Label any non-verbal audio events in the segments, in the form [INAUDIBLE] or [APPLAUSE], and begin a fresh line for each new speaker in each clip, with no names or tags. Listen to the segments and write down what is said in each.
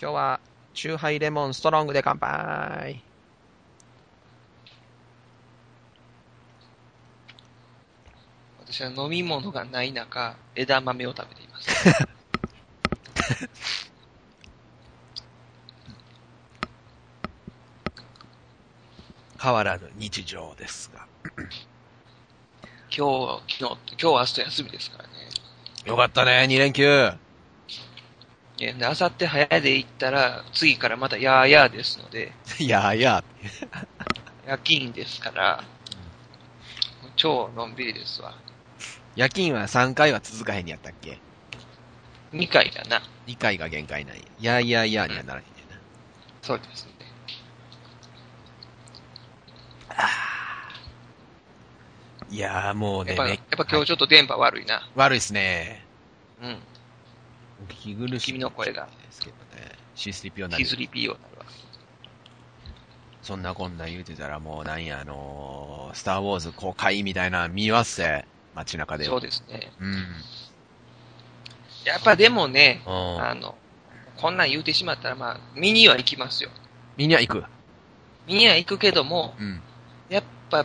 今日は、チューハイレモンストロングで乾杯。
私は飲み物がない中、枝豆を食べています。
変わらぬ日常ですが。
今日、昨日、今日明日休みですからね。
よかったね、2連休。
えで、あさって早いで行ったら、次からまたやーやーですので、
[LAUGHS] いやいや。
夜勤ですから、超のんびりですわ。
夜勤は3回は続かへんにやったっけ
2回だな。
?2 回が限界ない。いやいやいやにはならへんねんな。
そうですね。
いやーもう
や
ね
っぱ、や
め
っぱ今日ちょっと電波悪いな。
悪いっすね。
うん。
お聞き苦しい。
君の声が
ですけどね。C3PO なん
引
で
きずり PO になるわ。
そんなこんな言うてたらもうなんや、あのー、スターウォーズ公開みたいな見わせ。街中で。
そうですね。
うん。うん。
やっぱでもね、あの、こんなん言うてしまったら、まあ、見には行きますよ。
みんな行く。
見には行くけども、
うん。
やっぱ、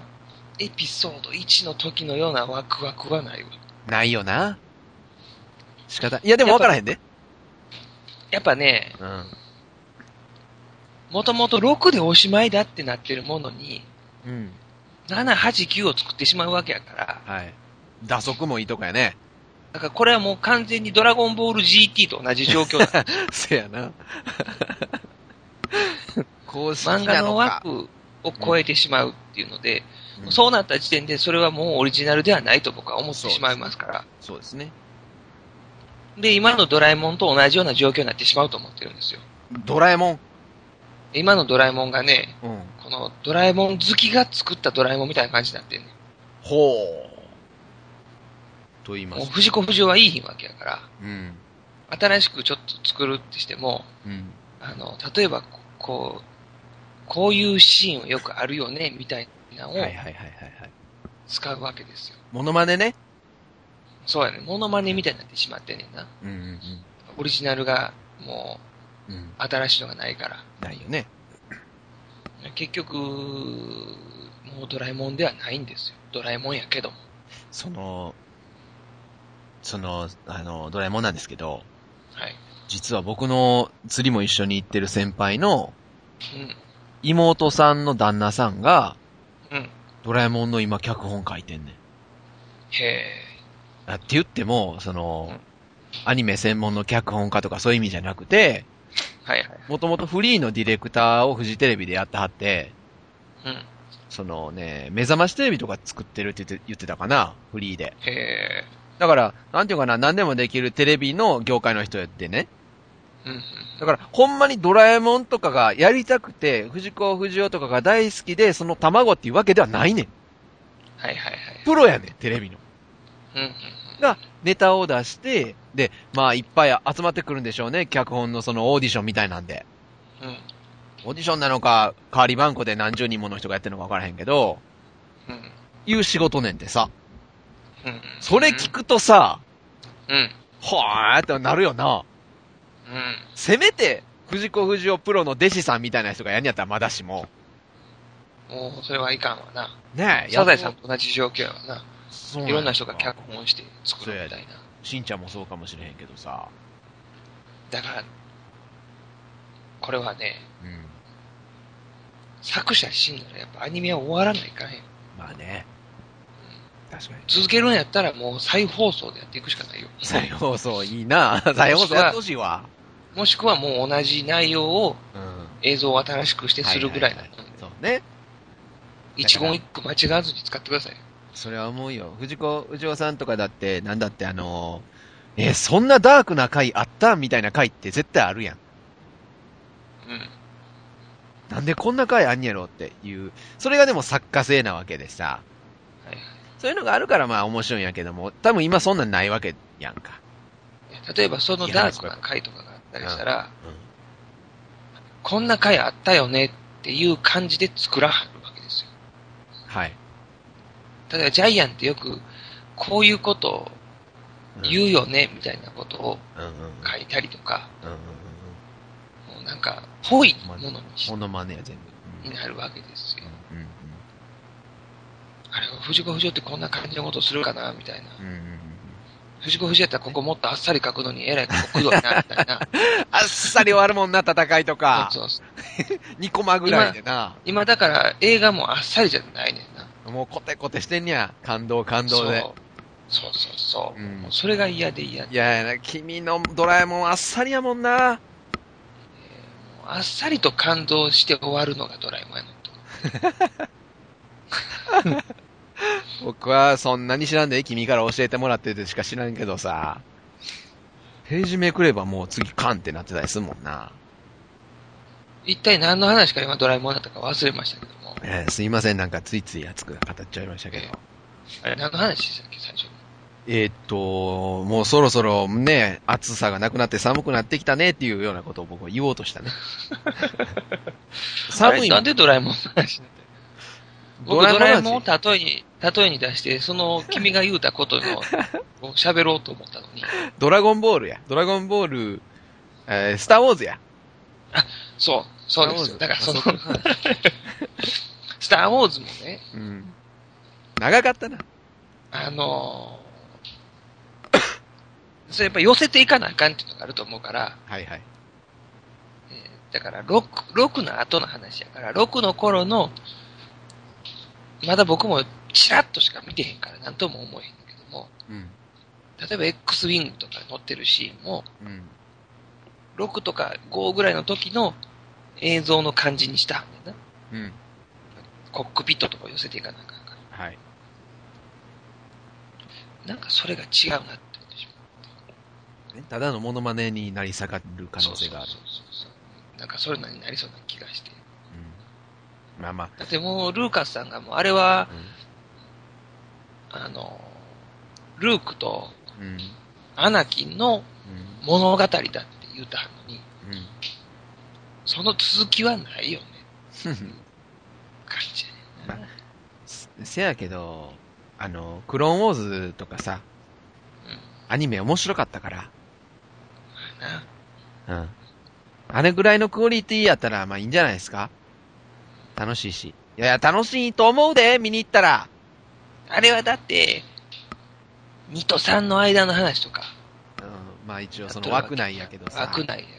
エピソード1の時のようなワクワクはないわ。
ないよな。仕方。いやでも分からへんで。
やっぱね、
うん。
もともと6でおしまいだってなってるものに、
うん。
7、8、9を作ってしまうわけやから、
はい。打足もいいとこやね。 [LAUGHS]
だからこれはもう完全にドラゴンボール GT と同じ
[LAUGHS]
状況だ。
せやな。公式
漫画
な
の
のか。
枠を超えてしまうっていうので、
うん
そうなった時点でそれはもうオリジナルではないと僕は思ってしまいますから。
そうですね。
で、今のドラえもんと同じような状況になってしまうと思ってるんですよ。
ドラえもん。
今のドラえもんがね、
うん。
このドラえもん好きが作ったドラえもんみたいな感じになってんね
ほう。と言いま
もう
す。
藤子不二雄はいいわけやから、
うん。
新しくちょっと作るってしても、
うん。
あの、例えばこ、こう、こういうシーンはよくあるよね、みたいなの
は
を
いはいはいはいはい。
使うわけですよ。
モノマネね。
そうやね、モノマネみたいになってしまってんねんな。
うんうん
オリジナルがも
うん。うん
う。新しいのがないから。
ないよね。
結局、もうドラえもんではないんですよ。ドラえもんやけども。
その、その、あの、ドラえもんなんですけど、
はい。
実は僕の釣りも一緒に行ってる先輩の
うん。
妹さんの旦那さんが、
うん。
ドラえもんの今脚本書いてんねん。
へえ。
あって言っても、その
うん、
アニメ専門の脚本家とかそういう意味じゃなくて、
はいはい。
もともとフリーのディレクターをフジテレビでやってはって、
うん。
そのね、目覚ましテレビとか作ってるって言って言ってたかな、フリーで。
へえ。
だから、なんていうかな、何でもできるテレビの業界の人やってね。
うんうん。
だから、ほんまにドラえもんとかがやりたくて、藤子不二雄とかが大好きで、その卵っていうわけではないねん。
はいはいはい。
プロやねん、テレビの。
うんうん。
が、ネタを出して、で、まあ、いっぱい集まってくるんでしょうね、脚本のそのオーディションみたいなんで。
うん。
オーディションなのか、代わり番号で何十人もの人がやってるのか分からへんけど、
うん。
いう仕事ねんてさ。
うん。
それ聞くとさ、
うん。うん。
ほーってなるよな。
うん。
せめて、藤子不二雄プロの弟子さんみたいな人がやんやったらまだしも。
もう、それはいかんわな。
ねえ、
サザエさんと同じ状況やわな。
そう
いろんな人が
脚
脚本をして作るみたいな。
しんちゃんもそうかもしれへんけどさ。
だから、これはね、
うん。
作者死んだらやっぱアニメは終わらないからね。
まあね。確かに。
続けるんやったらもう再放送でやっていくしかないよ。
再放送いいな。再放送やってほしいわ。
もしくはもう同じ内容を
うん。
映像を新しくしてするぐらいな
は
の
は
で
は、そうね。
一言一句間違わずに使ってくださいよ。
それは思うよ。藤子不二雄さんとかだって、なんだってあのー、えーそんなダークな回あったみたいな回って絶対あるやん。
うん。
なんでこんな回あんやろっていう。それがでも作家性なわけでさ。
はいはい
そういうのがあるからまあ面白いんやけども、多分今そんなんないわけやんか。
例えばそのダークな回とかがあったりしたら、
うんうん
こんな回あったよねっていう感じで作らはるわけですよ。
はい。
例えばジャイアンってよく、こういうことを
うん
言うよねみたいなことを
うんうんうん。
書いたりとか、
うんうんうん
なんか、ぽいものにし
モノマネや全部。
になるわけですよ。
うん。うん。
あれ、藤子不二雄ってこんな感じのことするかなみたいな。
うんうんうん。
藤子不二雄やったらここもっとあっさり書くのに、えらいここ
[LAUGHS]
くどいな、みたいな。
あっさり終わるもんな、戦いとか。
[LAUGHS] そうそうそう。
2コマぐらいでな。
今だから映画もあっさりじゃないねんな。
もうコテコテしてんにゃ。感動感動で。
そうそうそうそう。
うん
もうそれが嫌で嫌で。
いやいや、君のドラえもんあっさりやもんな。
もうあっさりと感動して終わるのがドラえもんやのと。
僕はそんなに知らんで、君から教えてもらっててしか知らんけどさ。ページめくればもう次カンってなってたりすんもんな。
一体何の話か今ドラえもんだったか忘れましたけども。
えーすいません、なんかついつい熱く語っちゃいましたけど。
あれ何の話でしたっけ、最初。
えーっと、もうそろそろね、暑さがなくなって寒くなってきたねっていうようなことを僕は言おうとした
[LAUGHS]
ね。
あ
寒
れ
い
なんでドラえもんの [LAUGHS] 話になってる僕ドラえもんを例えに、例えに出して、その君が言うた [LAUGHS] ことの、を喋ろうと思ったのに。
ドラゴンボールや。ドラゴンボール、えースターウォーズや。
そう、そうですよ。
スタ
だ
ーウォーズ
からその [LAUGHS]
あそっか、
スターウォーズもね、
うん。長かったな。
あのー [COUGHS] それやっぱ寄せていかなあかんっていうのがあると思うから、
はいはい。
えーだから6、6の後の話やから、6の頃の、まだ僕もチラッとしか見てへんから、なんとも思えへんけども、
うん。
例えば X ウィングとか乗ってるシーンも、
うん。
6とか5ぐらいの時の映像の感じにしたはんねんな。
うん。
コックピットとか寄せていかなあかんか
はい。
ら。なんかそれが違うなって思ってしまう。
ただのモノマネになり下がる可能性がある
そ。うそうそうそうなんかそういうのになりそうな気がして。
うん。まあまあ。
だってもう、ルーカスさんがもう、あれは、
う
あの、ルークと
ん。うん。
アナキンの物語だって言うたのに、
うん。うん
その続きはないよね。感じやねんな。
せやけど、あの、クローンウォーズとかさ、アニメ面白かったから、
うん。な
うん。あれぐらいのクオリティやったら、まあいいんじゃないですか楽しいし。いやいや、楽しいと思うで、見に行ったら。
あれはだって、2と3の間の話とか、
うん、まあ一応そ
やっと
の
るわけ
枠内やけどさ。
枠内やから。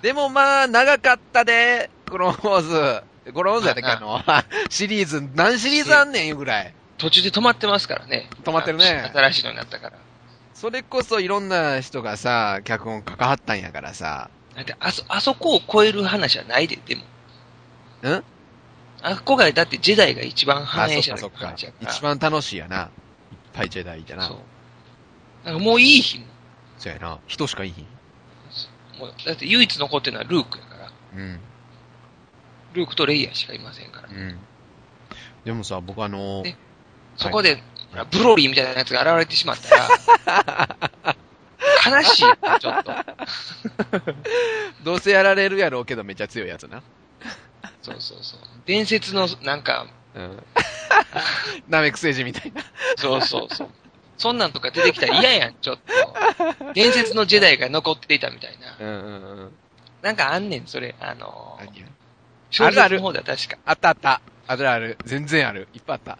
でもまあ、長かったで、クローンウォーズ。クローンウォーズやったっけあの、 [LAUGHS] シリーズ、何シリーズあんねんいうぐらい。
途中で止まってますからね。
止まってるね
新しいのになったから。
それこそいろんな人がさ、脚本書かはったんやからさ。
だって、あそ、あそこを超える話はないで、でも。
ん
あそこが、だって、ジェダイが一番
あ、
反
そ
映
っか
者の
そっか
感じや。から。
一番楽しいやな。いっぱいジェダイじゃな。
そ。
そう
なんかもういい日も。
うやな。人しかいいひん。
もうだって唯一残ってるのはルークやから。
うん。
ルークとレイヤーしかいませんから。
うん。でもさ、僕あの
えそこで、ほらブロリーみたいなやつが現れてしまったら、
[LAUGHS]
悲しいよちょっと。
どうせやられるやろうけどめっちゃ強いやつな。
そうそうそう。伝説の、なんか、
[LAUGHS] うん。ナメクセジみたいな。
そうそうそう。そんなんとか出てきたら嫌やん、ちょっと。伝説のジェダイが残っていたみたいな。
うんうんうん。
なんかあんねん、それ。あのー、
何や
小説の方では確か。
あったあった。あるある。全然ある。いっぱいあった。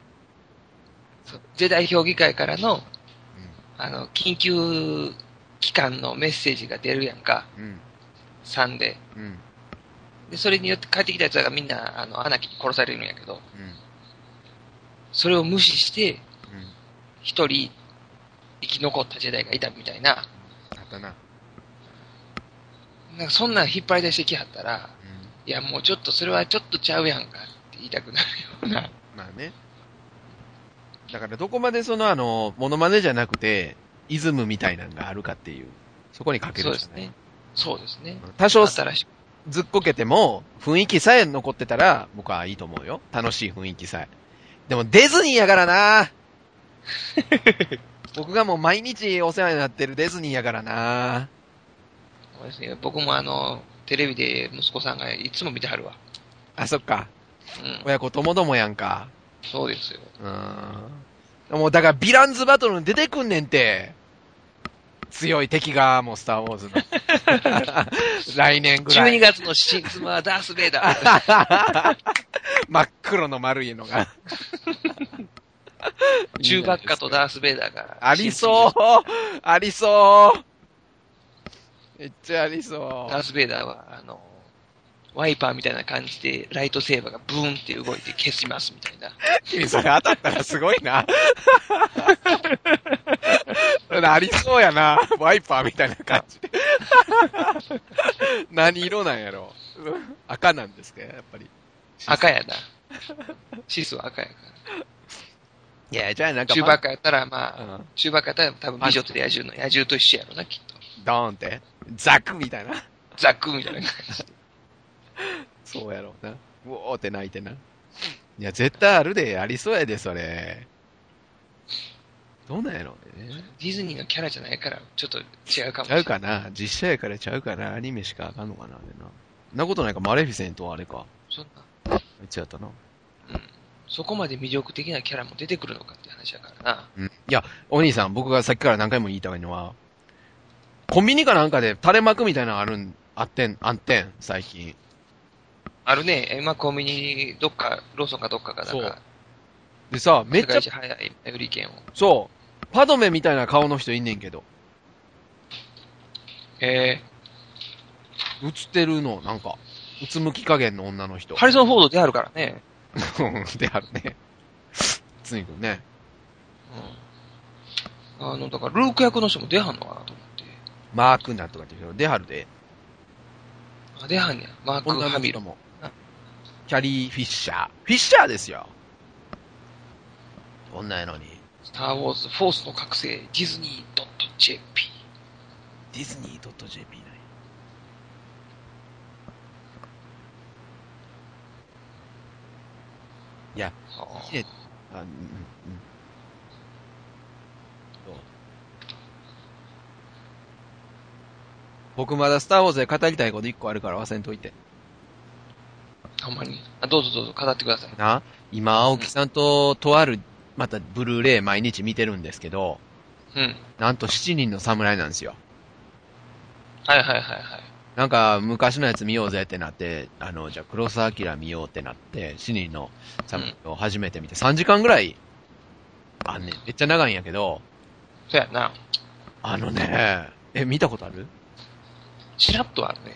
そうジェダイ評議会からの、あの、緊急機関のメッセージが出るやんか、
うん。
3で。
うん。うん。
で、それによって帰ってきた奴らがみんな、あの、アナキに殺されるんやけど、
うん。
それを無視して、
うん。
一人、生き残ったジェダイがいたみたいな、
あったな。
なんかそんなん引っ張り出してきはったら、
うん。
いや、もうちょっとそれはちょっとちゃうやんかって言いたくなるような。
まあね。だからどこまでそのあの、モノマネじゃなくて、イズムみたいなのがあるかっていう。そこに [LAUGHS] かけ
そう
る
で
じゃ
す
ない
ね。。そうですね。
多少
新しく。
ずっこけても、雰囲気さえ残ってたら、僕はいいと思うよ。楽しい雰囲気さえ。でもディズニーやから
[LAUGHS]
な僕がもう毎日お世話になってるディズニーやからな
そうですね僕もあの、テレビで息子さんがいつも見てはるわ。
あ、そっか。
うん。
親子ともどもやんか。
そうですよ。
うーん。もうだからヴィランズバトルに出てくんねんて。強い敵が、もうスターウォーズの。
[LAUGHS]
来年ぐら
12
い。
月の新妻はダース・ベイダー。
[LAUGHS] 真っ黒の丸いのが。
[LAUGHS] 中ばっかとダース・ベイダーが。
ありそうありそうめっちゃありそ
ダース・ベイダーは、あの、ワイパーみたいな感じで、ライトセーバーがブーンって動いて消しますみたいな。
う。君それ当たったらすごいな。それありそうやな。ワイパーみたいな感じで。何色なんやろ。赤なんですかやっぱり。
赤やな。シスは赤やか
いや、じゃあなん
ら。
か、
中ばっかやったら、まあ、
うん
中ばっかやったら多分美女と野獣の野獣と一緒やろな、きっと。
ドーンって、ザクみたいな。
ザックみたいな感じ。
そうやろうな。うおーって泣いてな。いや、絶対あるで、ありそうやで、それ。どうなんやろうね。
ディズニーのキャラじゃないから、ちょっと違うかも
ちゃ
しれな
う
い。
かな。実写やからちゃうかな。アニメしかあかんのかな、あれな。そんなことないか、マレフィセントはあれか。
そんな、
あいつやったな。
うん。そこまで魅力的なキャラも出てくるのかって話やからな。
うん。いや、お兄さん、僕がさっきから何回も言いたいのは、コンビニかなんかで垂れ幕みたいなのあるん、あってん、あってん、最近。
あるね、今コンビニ、どっか、ローソンかどっかがなん
そう
か、
でさ、めっちゃ
世界一早い売り券を。
そう。パドメみたいな顔の人いんねんけど。
え
映ってるの、なんか。うつむき加減の女の人
ー、。ハリソン・フォード出あるからね。
[LAUGHS] であるね。つにくんね。
うん。あの、だから、ルーク役の人も出はんのかなと思って。
マークなんとかって言うけど、デハルで。
あ、出はんねや。マーク・ハミル。
も
あ。
キャリー・フィッシャー。フィッシャーですよ。女やのに。
スター・ウォーズ・フォースの覚醒、ディズニー .jp。
ディズニー .jp なんや
はあ
えあうんうんそう僕まだスターウォーズで語りたいこと一個あるから忘れんといて。
たまに。あ、どうぞどうぞ、語ってください。
な、今青木さんととある、またブルーレイ毎日見てるんですけど、
うん。
なんと7人の侍なんですよ。
はいはいはいはい。
なんか、昔のやつ見ようぜってなって、あの、じゃあ、黒沢明見ようってなって、シニーのサムを初めて見て、3時間ぐらい、あんねん。めっちゃ長いんやけど、
そやな。
あのね、え、見たことある
チラッとあるね。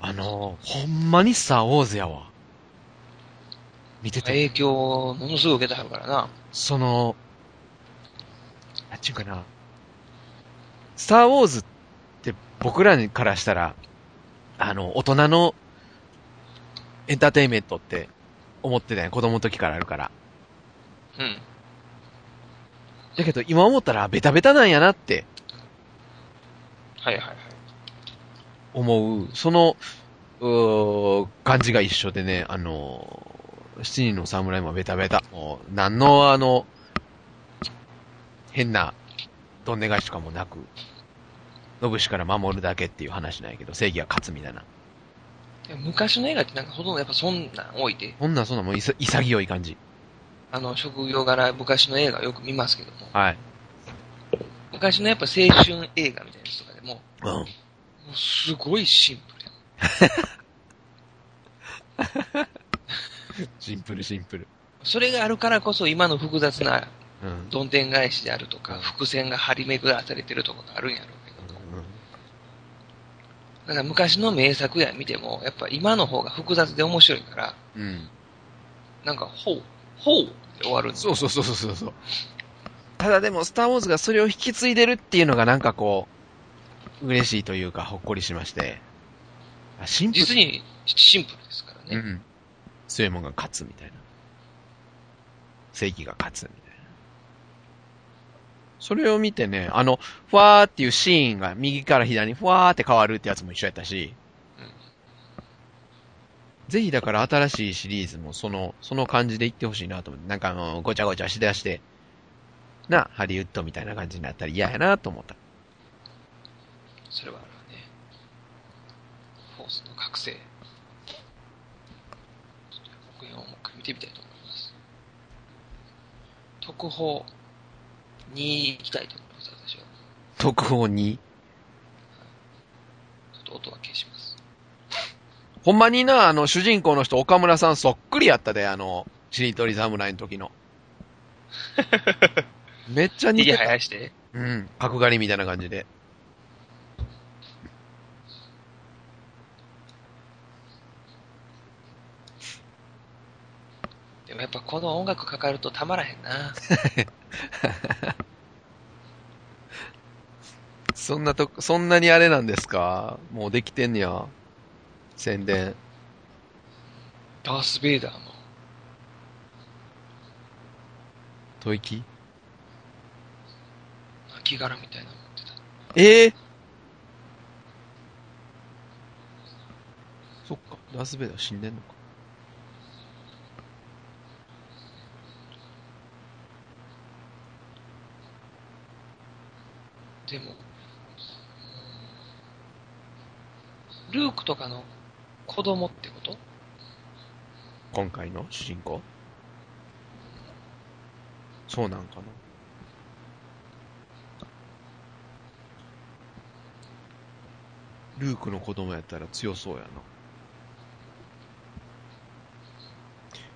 あの、ほんまにスターウォーズやわ。見てて、
影響をものすごい受けてはるからな。
その、なんちゅうかな、スターウォーズって僕らからしたら、あの、大人のエンターテインメントって思ってたんや子供の時からあるから。
うん。
だけど今思ったらベタベタなんやなって
はいはいはい。
思う、その、うー感じが一緒でね、あの、七人の侍もベタベタ。もう、何のあの、変な、どんね返しとかもなく、ノブシから守るだけっていう話なんやけど、正義は勝つみたいな。
いや昔の映画ってなんかほとんどやっぱそんなん多いで、
そんなんそんなんもういさ潔い感じ。
あの、職業柄昔の映画よく見ますけども、
はい。
昔のやっぱ青春映画みたいなやつとかでも、も
うん。
うすごいシンプルや。
シンプルシンプル。
それがあるからこそ今の複雑な
うん。うん
どんでん返しであるとか、伏線が張り巡らされてるとこがあるんやろうけど、だから昔の名作や見ても、やっぱ今の方が複雑で面白いから、
うん。
なんか、ほう、ほうで終わるんです
そうそうそうそうそうそう。ただでも、スターウォーズがそれを引き継いでるっていうのがなんかこう、嬉しいというか、ほっこりしまして。あ、シンプル。
実にシンプルですからね。
うん。強いもんが勝つみたいな。正義が勝つみたいな。それを見てね、あの、ふわーっていうシーンが右から左にふわーって変わるってやつも一緒やったし、
うん
ぜひだから新しいシリーズもその、その感じでいってほしいなと思って、なんかあの、ごちゃごちゃしだして、な、ハリウッドみたいな感じになったら嫌やなと思った。
それはあるわね。フォースの覚醒。僕今もう一回見てみたいと思います。特報に行きたいと思います、私は。
特報に。
と音は消します。
ほんまにな、あの、主人公の人、岡村さんそっくりやったで、あの、しりとり侍の
[LAUGHS]
時の。めっちゃ似
い
て
や、
た。
早して。
うん。角刈りみたいな感じで。
でもやっぱこの音楽かかるとたまらへんな。
そんなとこ、そんなにあれなんですかもうできてんねや。宣伝。
ダース・ベイダーも。
吐息
亡き殻みたいなの持ってた。
ええそっか、ラスベイダー死んでんのか。
でも、ルークとかの子供ってこと
今回の主人公そうなんかなルークの子供やったら強そうやな。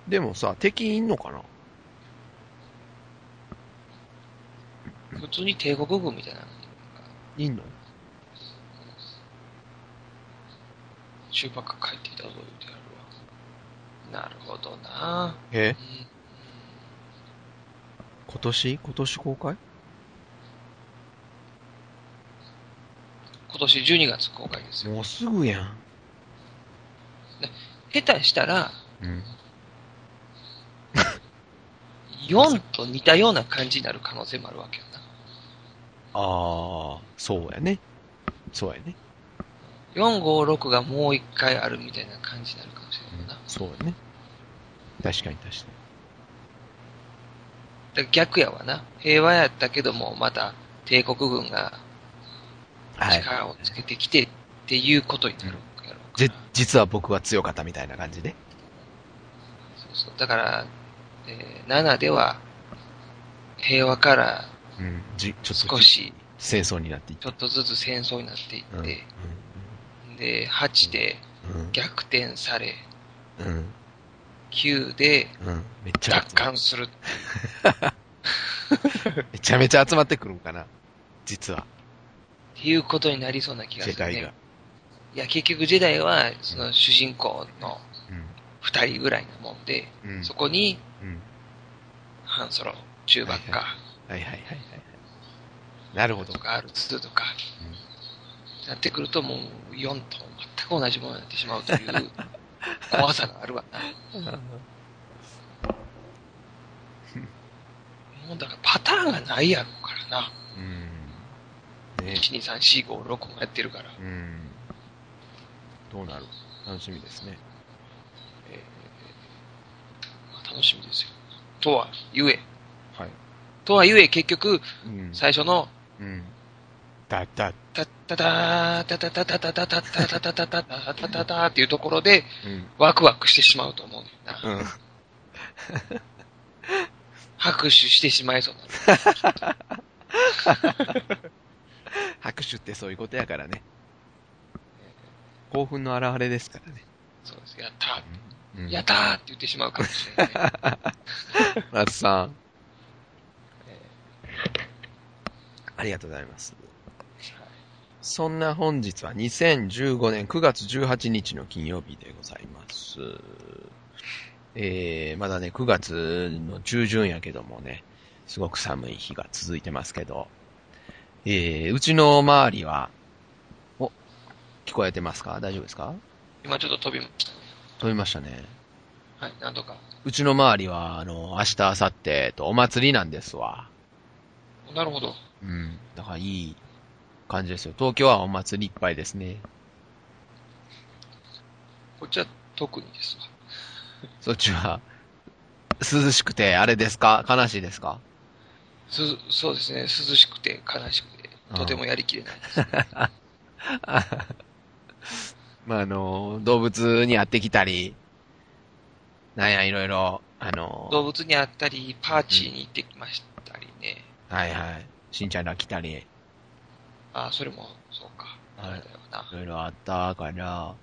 でもさ、敵いんのかな
普通に帝国軍みたいなのが
いんの
中爆帰ってきたぞ言うてやるわ。なるほどな。
え
うん
今年今年公開
今年12月公開ですよ。
もうすぐやん。
下手したら、
うん。
4と似たような感じになる可能性もあるわけよ
ああ、そうやね。そうやね。
な。4、5、6がもう1回あるみたいな感じになるかもしれないな。
そうやね。確かに確か
だから逆やわな。平和やったけども、また帝国軍が
に。はい。
力をつけてきてっていうことになるやろうから
じ、実は僕は強かったみたいな感じで。
そうそう。だから、えー7では、平和から
うん。じ、ちょっと
少、し、
戦争になっていっ
ちょっとずつ戦争になってい
うん。
って、で、8で
うん。
逆転され、
うん。うん
9で
うん。めっちゃ
奪、還する。
めちゃめちゃ集まってくるんかな。実は、
っていうことになりそうな気が
世
する、
界
ね
が。。
いや、結局ジェダイは、その主人公の
う
2人ぐらいなもんで、
ん。うん。
そこに、
うん。
ハンソロ、中盤
は
か、
はいはいはいはい。なるほど
と。か R2 とか、なってくるともう4と全く同じものになってしまうという怖さがあるわな。もうだからパターンがないやろうからな。
うん。ね
1、2、3、4、5、6もやってるから。
うん。どうなる楽しみですね。
えーまあ楽しみですよ。とはゆえ。
はい。
とはゆえ結局、
うん。
最初の、
うん。だ、だ、
タッタター、タタタタタタタタタタタタタタタタっていうところで、
うん。
ワクワクしてしまうと思うねんな。
うん。
拍手してしまいそうになる。
拍手ってそういうことやからね。興奮の表れですからね。
そうです。やった
う
ー、
ん
やったーって言ってしまうかもしれない、ね。
松さん。ありがとうございます。そんな本日は2015年9月18日の金曜日でございます。えー、まだね、9月の中旬やけどもね、すごく寒い日が続いてますけど、えー、うちの周りは、お、聞こえてますか大丈夫ですか
今ちょっと飛びましたね。
飛びましたね。
はい、なんとか。
うちの周りは、あの、明日、明後日とお祭りなんですわ。
なるほど。
うん。だからいい感じですよ。東京はお祭りいっぱいですね。
こっちは特にですわ。
そっちは、涼しくて、あれですか悲しいですか
す、そうですね。涼しくて悲しくて、とてもやりきれないです。
まあ、あの、動物に会ってきたり、なんや、いろいろ、あの、
動物に会ったり、パーチーに行ってきましたりね。
はいはい。しんちゃんら来たり、
ああ、それも、そうか。
はい
あれだよな。
いろいろあったから、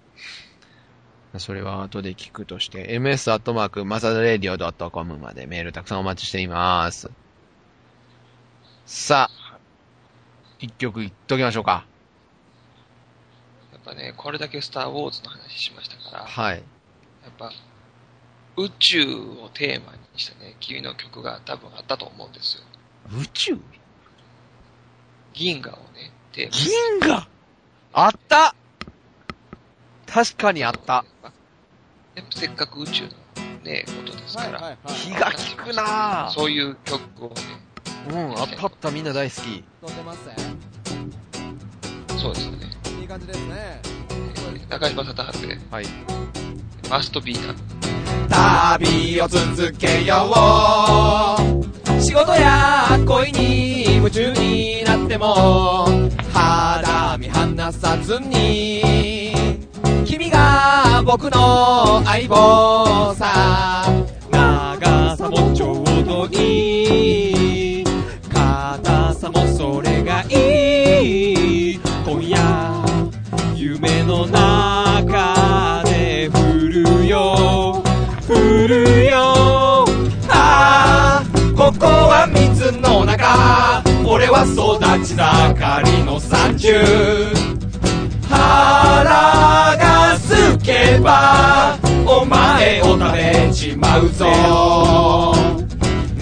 それは後で聞くとして、ms.masadaradio.com までメールたくさんお待ちしています。さあ、一曲言っときましょうか。
やっぱね、これだけスター・ウォーズの話しましたから、や
はい。
っぱ、宇宙をテーマにしたね、君の曲が多分あったと思うんですよ。
宇宙
銀河をね、テーマに
銀河あった確かにあった。。
やっぱせっかく宇宙のね、ことです
は
か
い
ら、
はいはい。
気が利くなぁ。
そういう曲をね、
うん、あったあったみんな大好き。
乗ってますね。
そうですね、
いい感じですね。
中島貞治で、
はい。
マストビーな
旅を続けよう仕事や恋に夢中になっても肌身離さずに君が僕の相棒さ長さもちょうどいい硬さもそれがいい今夜夢の中で降るよ降るよああここは水の中俺は育ち盛りの三十腹がすけばお前を食べちまうぞ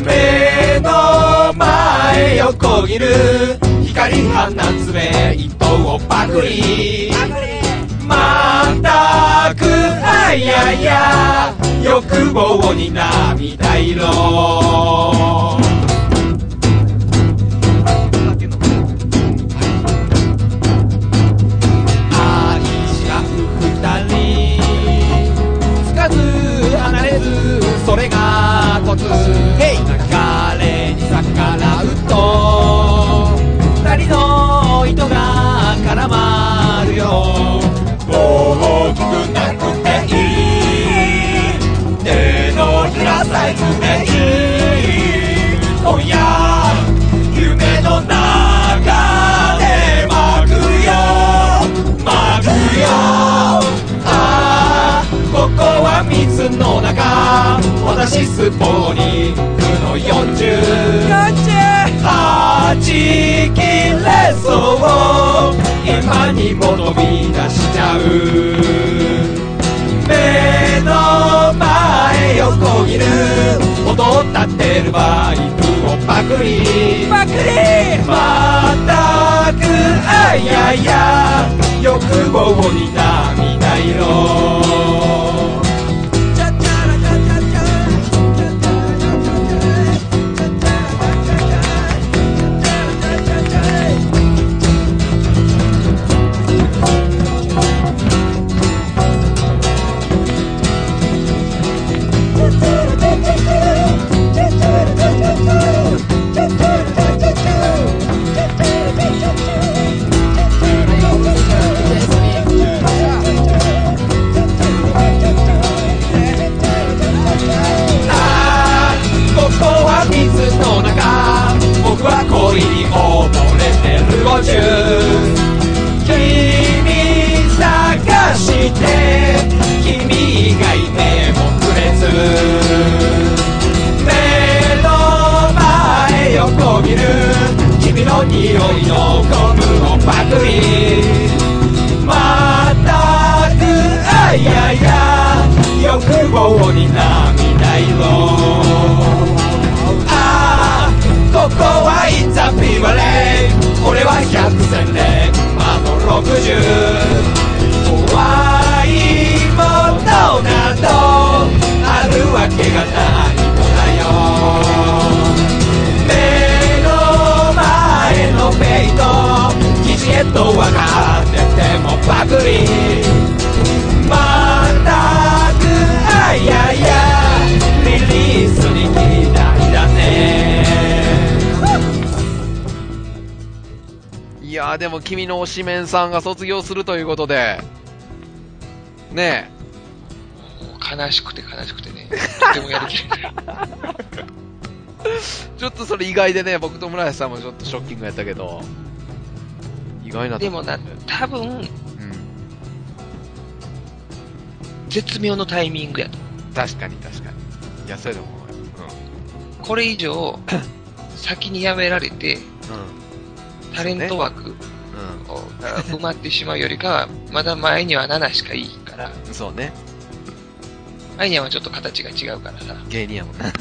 目の前横切る光放つ目一本をパクリまたくあやや欲望に涙色愛し合う二人つかず離れずそれがコツ流れに逆らうと二人の糸が絡まるよ大きくなくていい手のひらサイズでいい今夜夢の中で巻くよ巻くよああここは水の中私スポーニングの40 40はち切れそう今にも飛び出しちゃう目の前横切る音を立てるバイクをパクリパクリまたくあやや欲望に涙色あーここは水の中僕は恋に溺れてる五十君探して君以外目もくれず目の前横切る君の匂いのゴムをパクリまたくあやや欲望に涙色ああここはいざピバレー俺は百戦錬魔の六十怖いものなどあるわけがないのだよ目の前のペイと記事へと分かっててもパクリまたくあややリリースに期待だね
いやーでも君の推しメンさんが卒業するということで、ね
もう悲しくて悲しくてね、とてもや
[LAUGHS]
る気ない。
え、ちょっとそれ意外でね、僕と村橋さんもちょっとショッキングやったけど、意外なと
で
こ
もな、多分、
うん。
絶妙のタイミングやと。
確かに確かに。いや、そうやと思う。う
これ以
[COUGHS]
上、先にやめられて、
ん。うん。
タレント枠
う
をが埋まってしまうよりかは、まだ前には7しかいいから、
ん。そうね。
前にはちょっと形が違うからさ、
芸人やもんな。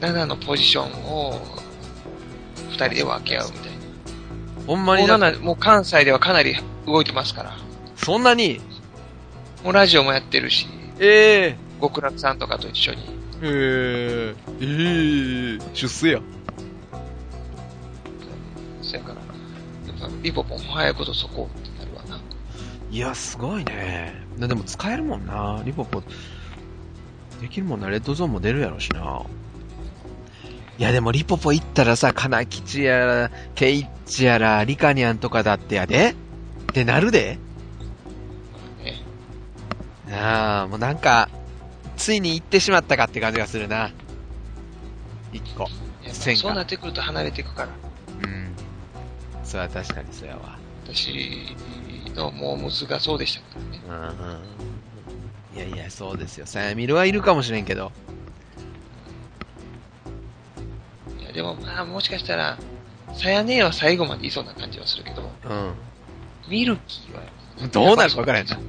7のポジションを2人で分け合うみたい
ほんまに
な。
だ
もう7、もう関西ではかなり動いてますから。
そんなに、
もうラジオもやってるし、
え
極楽さんとかと一緒に。
ええええ出世や。
そやから、やっぱリポポンも早いことそこってなるわな。
いや、すごいね。なでも使えるもんな。リポポ、できるもんな。レッドゾーンも出るやろしな。いや、でもリポポ行ったらさ、金吉やら、ケイッチやら、リカニャンとかだってやでってなるで
ね、
ああ、もうなんか、ついに行ってしまったかって感じがするな。一個。
やっぱ
せんか
そうなってくると離れていくから。
うん。それは確かにそれは。
私のモームスがそうでしたからね。
うん。いやいや、そうですよ。さやみるはいるかもしれんけど。
いやでもまあもしかしたら、さやねえは最後までいそうな感じはするけど、
うん。
ミルキーは。
どうなるか分からへんな。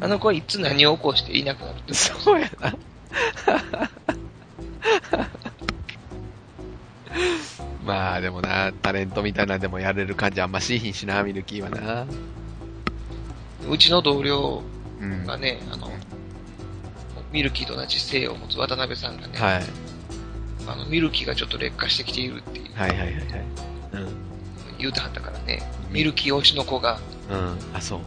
あの子はいつ何を起こしていなくなるってこと
そうやな。まあでもな、タレントみたいなんでもやれる感じあんましいひんしな、ミルキーはな。
うちの同僚
うん。
が
は
ね、あの、ミルキーと同じ性を持つ渡辺さんがね、
い。はい
あのミルキーがちょっと劣化してきているっていう
はいはいはい。うん。
言うてはったからね、ミルキー推しの子が、
うん。あ、そう。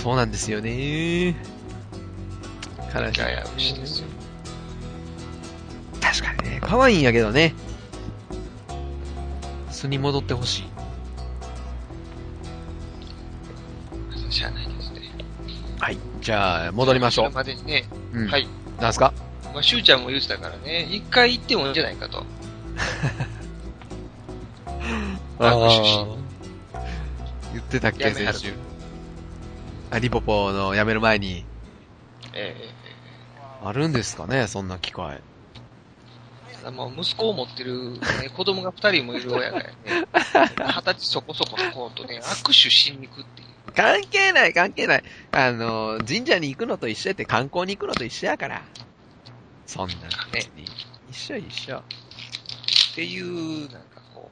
そうなんですよね。悲しい
やや推しですよ。
確かにね。可愛いんやけどね。素に戻ってほしい。
しゃあないですね。
はい。じゃあ、戻りましょ
それまでにね、
う。うん。。
はいい。
なんすか
まあ、しゅうちゃんも言うてたからね、一回行ってもいいんじゃないかと。あー
言ってたっけ、
やめは
先
る
週。あ、リポポの辞める前に。
ええ
あるんですかね、そんな機会。
ただもう息子を持ってる、ね、子供が二人もいる親がね、二十歳そこそこの子とね、握手しに行くっていう。
関係ない、関係ない。あの、神社に行くのと一緒やって、観光に行くのと一緒やから。そんな、別に。一緒一緒。
っていう、なんかこ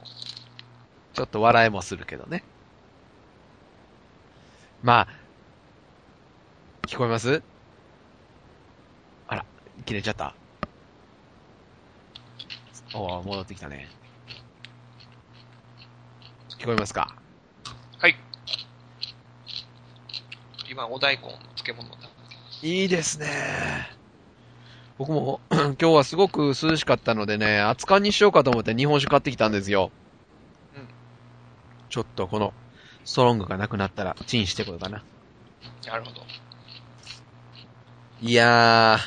ちょっと笑いもするけどね。まあ、聞こえますあら、切れちゃった。おお、戻ってきたね。聞こえますか
う、今お大根の漬物を食べてます。
いいですね。僕も [CLEARS THROAT] 今日はすごく涼しかったのでね、熱燗にしようかと思って日本酒買ってきたんですよ。
うん
ちょっとこの、ストロングがなくなったらチンしてこようかな。
なるほど。
いやー、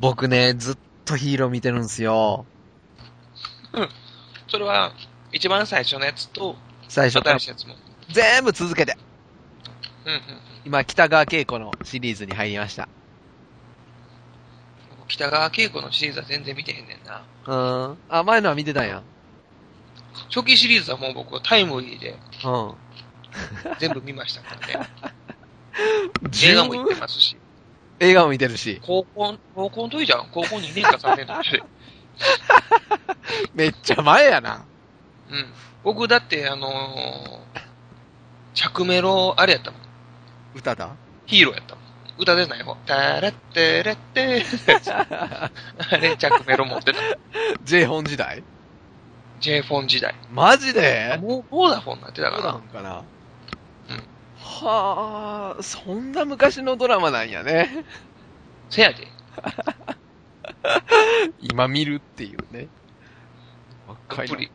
僕ね、ずっとヒーロー見てるんすよ。
それは、一番最初のやつと、
最初から
新しいやつも。
全部続けて。
うんうん
今、北川景子のシリーズに入りました。
うん。北川景子のシリーズは全然見てへんねんな。
うーん。あ、前のは見てたんや。
初期シリーズはもう僕はタイムリーで
うん。
全部見ましたからね。
十
映
分
画も行ってますし。
映画も見てるし、
高校、高校の時じゃん。高校2年か3年の時。
めっちゃ前やな。
うん。僕だって、あのー、着メロ、あれやったもん。
歌だ
ヒーローやったもん。歌でない方。タラッテレッ [LAUGHS] テーあれ、着メロ持ってた。
?J 本時代
J フォン時代。
マジで
もう、ボーダフォンになってた
そうな
か
んかな
うん。
はあ、そんな昔のドラマなんやね。
ら。せやで。
今見るっていうね。若い
どっぷり
な。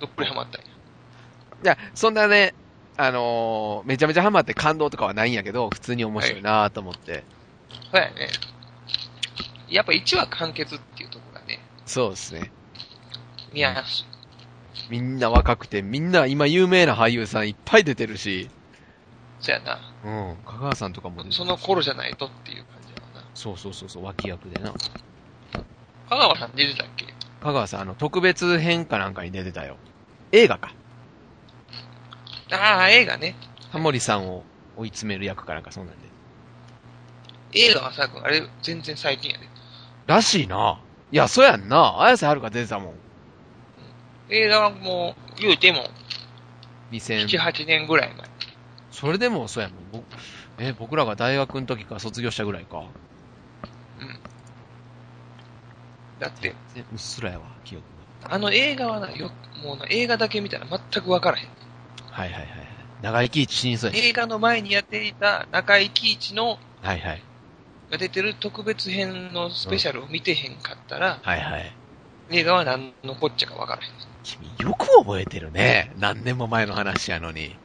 どっぷりハマったんや。
いや、そんなね、あのーめちゃめちゃハマって感動とかはないんやけど、普通に面白いなと思って。
そうやね。やっぱ1話完結っていうところがね、
そうですね。
見やすい。
みんな若くて、みんな今有名な俳優さんいっぱい出てるし、
そやな。
うん。香川さんとかも出てるし
その頃じゃないとっていう感じやな。
そうそうそうそう、脇役でな。
香川さん出てたっけ
香川さん、あの、特別編かなんかに出てたよ。映画か。
ああ、映画ね。
タモリさんを追い詰める役かなんかそうなんで。
映画はさ、あれ、全然最近やで。
らしいな。いや、そうやんな。綾瀬はるか出てたもん。
映画はもう、言うても、7、
2000。
8年ぐらい前。
それでもそうやもん。僕、え、僕らが大学の時か卒業したぐらいか。
だって、
ねうっすらやわ、記憶
あの映画はな、よもうな、映画だけ見たら全くわからへん。
が。はいはいはいはい。長生き一死にそうやし。
映画の前にやっていた中井貴一の、
はいはい。
が出てる特別編のスペシャルを見てへんかったら、
はいはい。
映画は何のこっちゃかわからへん。
君よく覚えてるね。何年も前の話やのに。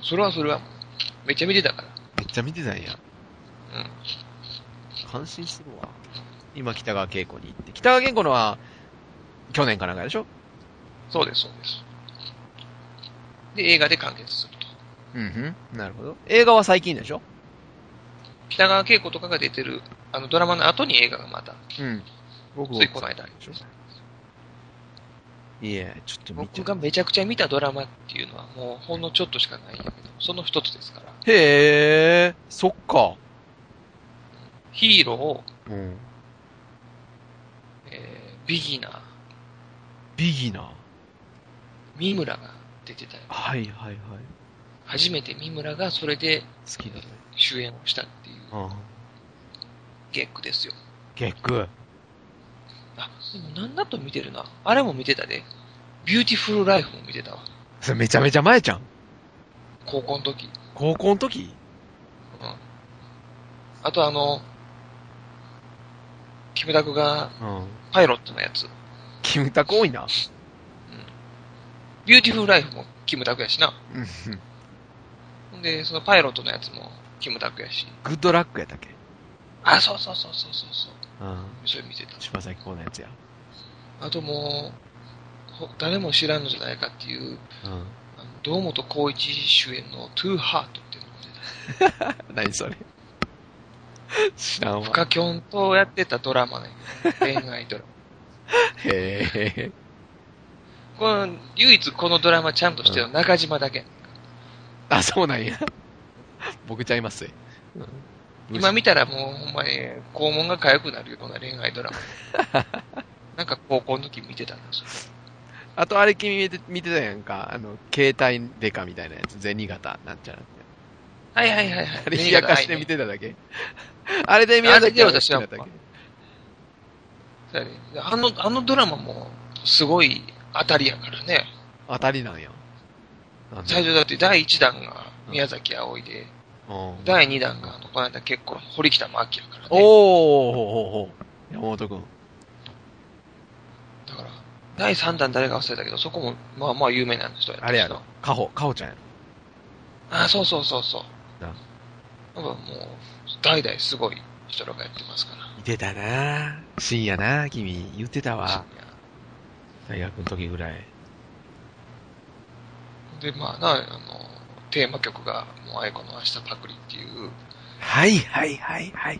それはそれは、めっちゃ見てたから。
めっちゃ見てたんや。
うん。
感心するわ。今、北川景子に行って。北川景子のは、去年かなんかでしょ
そうです、そうです。で、映画で完結すると。
うんうん。なるほど。映画は最近でしょ
北川景子とかが出てる、あの、ドラマの後に映画がまた、
うん。僕
ついこの間ありま
でし
した。
ょいえ、ちょっと見て
僕。がめちゃくちゃ見たドラマっていうのはもうほんのちょっとしかないんだけど、その一つですから。
へえ、そっか。
ヒーロ
うん。
ー、えー、ビギナー、
ビギナー。
三村が出てたよ。
はいはいはい。
初めて三村がそれで
好きだね。
主演をしたっていう
うん。
ゲックですよ。
結句。
あ、でもなんだと見てるな。あれも見てたで。ビューティフルライフも見てたわ。
それめちゃめちゃ前じゃん。
高校の時。
高校の時
うん。あとあの、キムタクが
うん。
パイロットのやつ。
キムタク多いな。
ビューティフルライフもキムタクやしな。
うん。
で、そのパイロットのやつもキムタクやし。
グッドラックやったっけ
あ、そうそうそうそうそうそう。
うん。
それ見てた。
柴咲コウのやつや。
あともう、ほ誰も知らんのじゃないかっていう、
うん。
あの堂本光一主演のトゥーハートっていうのも出てた。
何それ知らんわ
フ。カキョンとやってたドラマね。恋愛ドラマ。
へえ。
この、唯一このドラマちゃんとしてるの中島だけ。
あ、そうなんや。僕ちゃいます。
今見たらもうほんまに肛門が痒くなるような恋愛ドラマ。 [LAUGHS] なんか高校の時見てたんですよ。
あとあれ君見て見てたやんか。あの、携帯デカみたいなやつ。銭形なんちゃらって。
はいはいはいはい。
あれ冷やかして見てただけ。あれで宮崎
あれで私は
見てただけ
そうやねあの、あのドラマもすごい当たりやからね。
当たりなんや。なんで
最初だって第1弾が宮崎あおいで、
うん
第2弾があの、この間結構堀北真希やから
おー
ね。
おーおーおー山本くん。
だから、第3弾誰か忘れたけど、そこもまあまあ有名な人やったしな
あれやろ。かほ、かほちゃんや
あ、そうそうそうそう。
な
なんかもう、代々すごい人らがやってますから。
ろ。見てたな深夜な君。言ってたわ。
いや
大学の時ぐらい。
で、まあな、あの、テーマ曲が、もう、あいこの明日パクリっていう、
はいはいはいはい。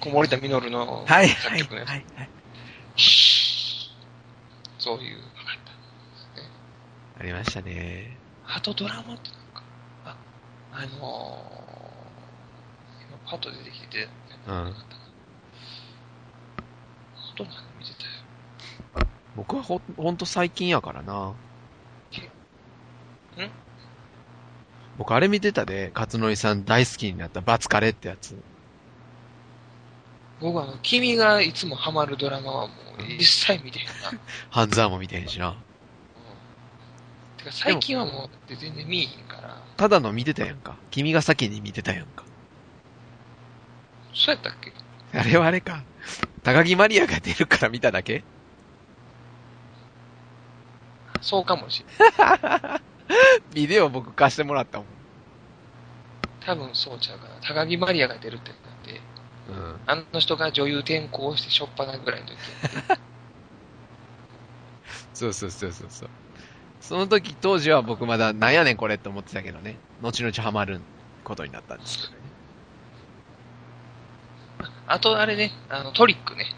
小森田実の
はい
作
はい
曲の
は
や
い
つ、
はい。
そういう、
ありましたね。
あとドラマってなんか、あ、あのー、今パッと出てきて、
うん
あと何見てたよ。
僕はほ、ほんと最近やからな。
ん
僕あれ見てたで、勝則さん大好きになったバツカレってやつ。
僕はあの、君がいつもハマるドラマはもう一切見てへん
[LAUGHS]
な。
ハンザーも見てへんしな。
うんてか最近はもう全然見えへんから、
ただの見てたやんか。君が先に見てたやんか。
そうやったっけ
[LAUGHS] あれはあれか。高木マリアが出るから見ただけ
そうかもしれない。
ビデオ僕貸してもらったもん。
多分そうちゃうかな。高木マリアが出るってなって、
うん。
あの人が女優転向してしょっぱなぐらいの時やって
そうそうそうそうそう。その時、当時は僕まだ、なんやねんこれって思ってたけどね。後々ハマることになったんですけどね。
あと、あれね、あの、トリックね。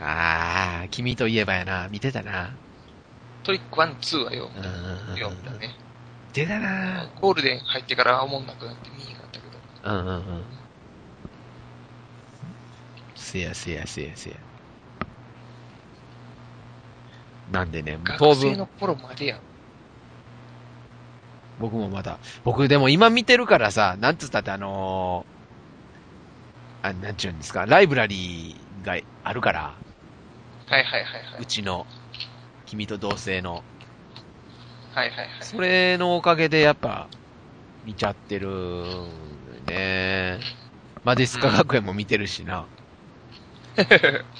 あー、君といえばやな。見てたな。
トリック1、2はよ
う、ん。
よ、だね。
見てたな。
ゴールデン入ってから思んなくなって見えなかったけど。
うんうんうん。せやせやせやせや。なんでね、当
学生
分
の頃までや。
僕もまだ、僕でも今見てるからさ、なんつったってあのーあ、なんちゅうんですか、ライブラリーがあるから、
はいはいはいは
う
い。
ちの、君と同性の。
はいはいはい。
それのおかげでやっぱ、見ちゃってるんね。マディスカ学園も見てるしな。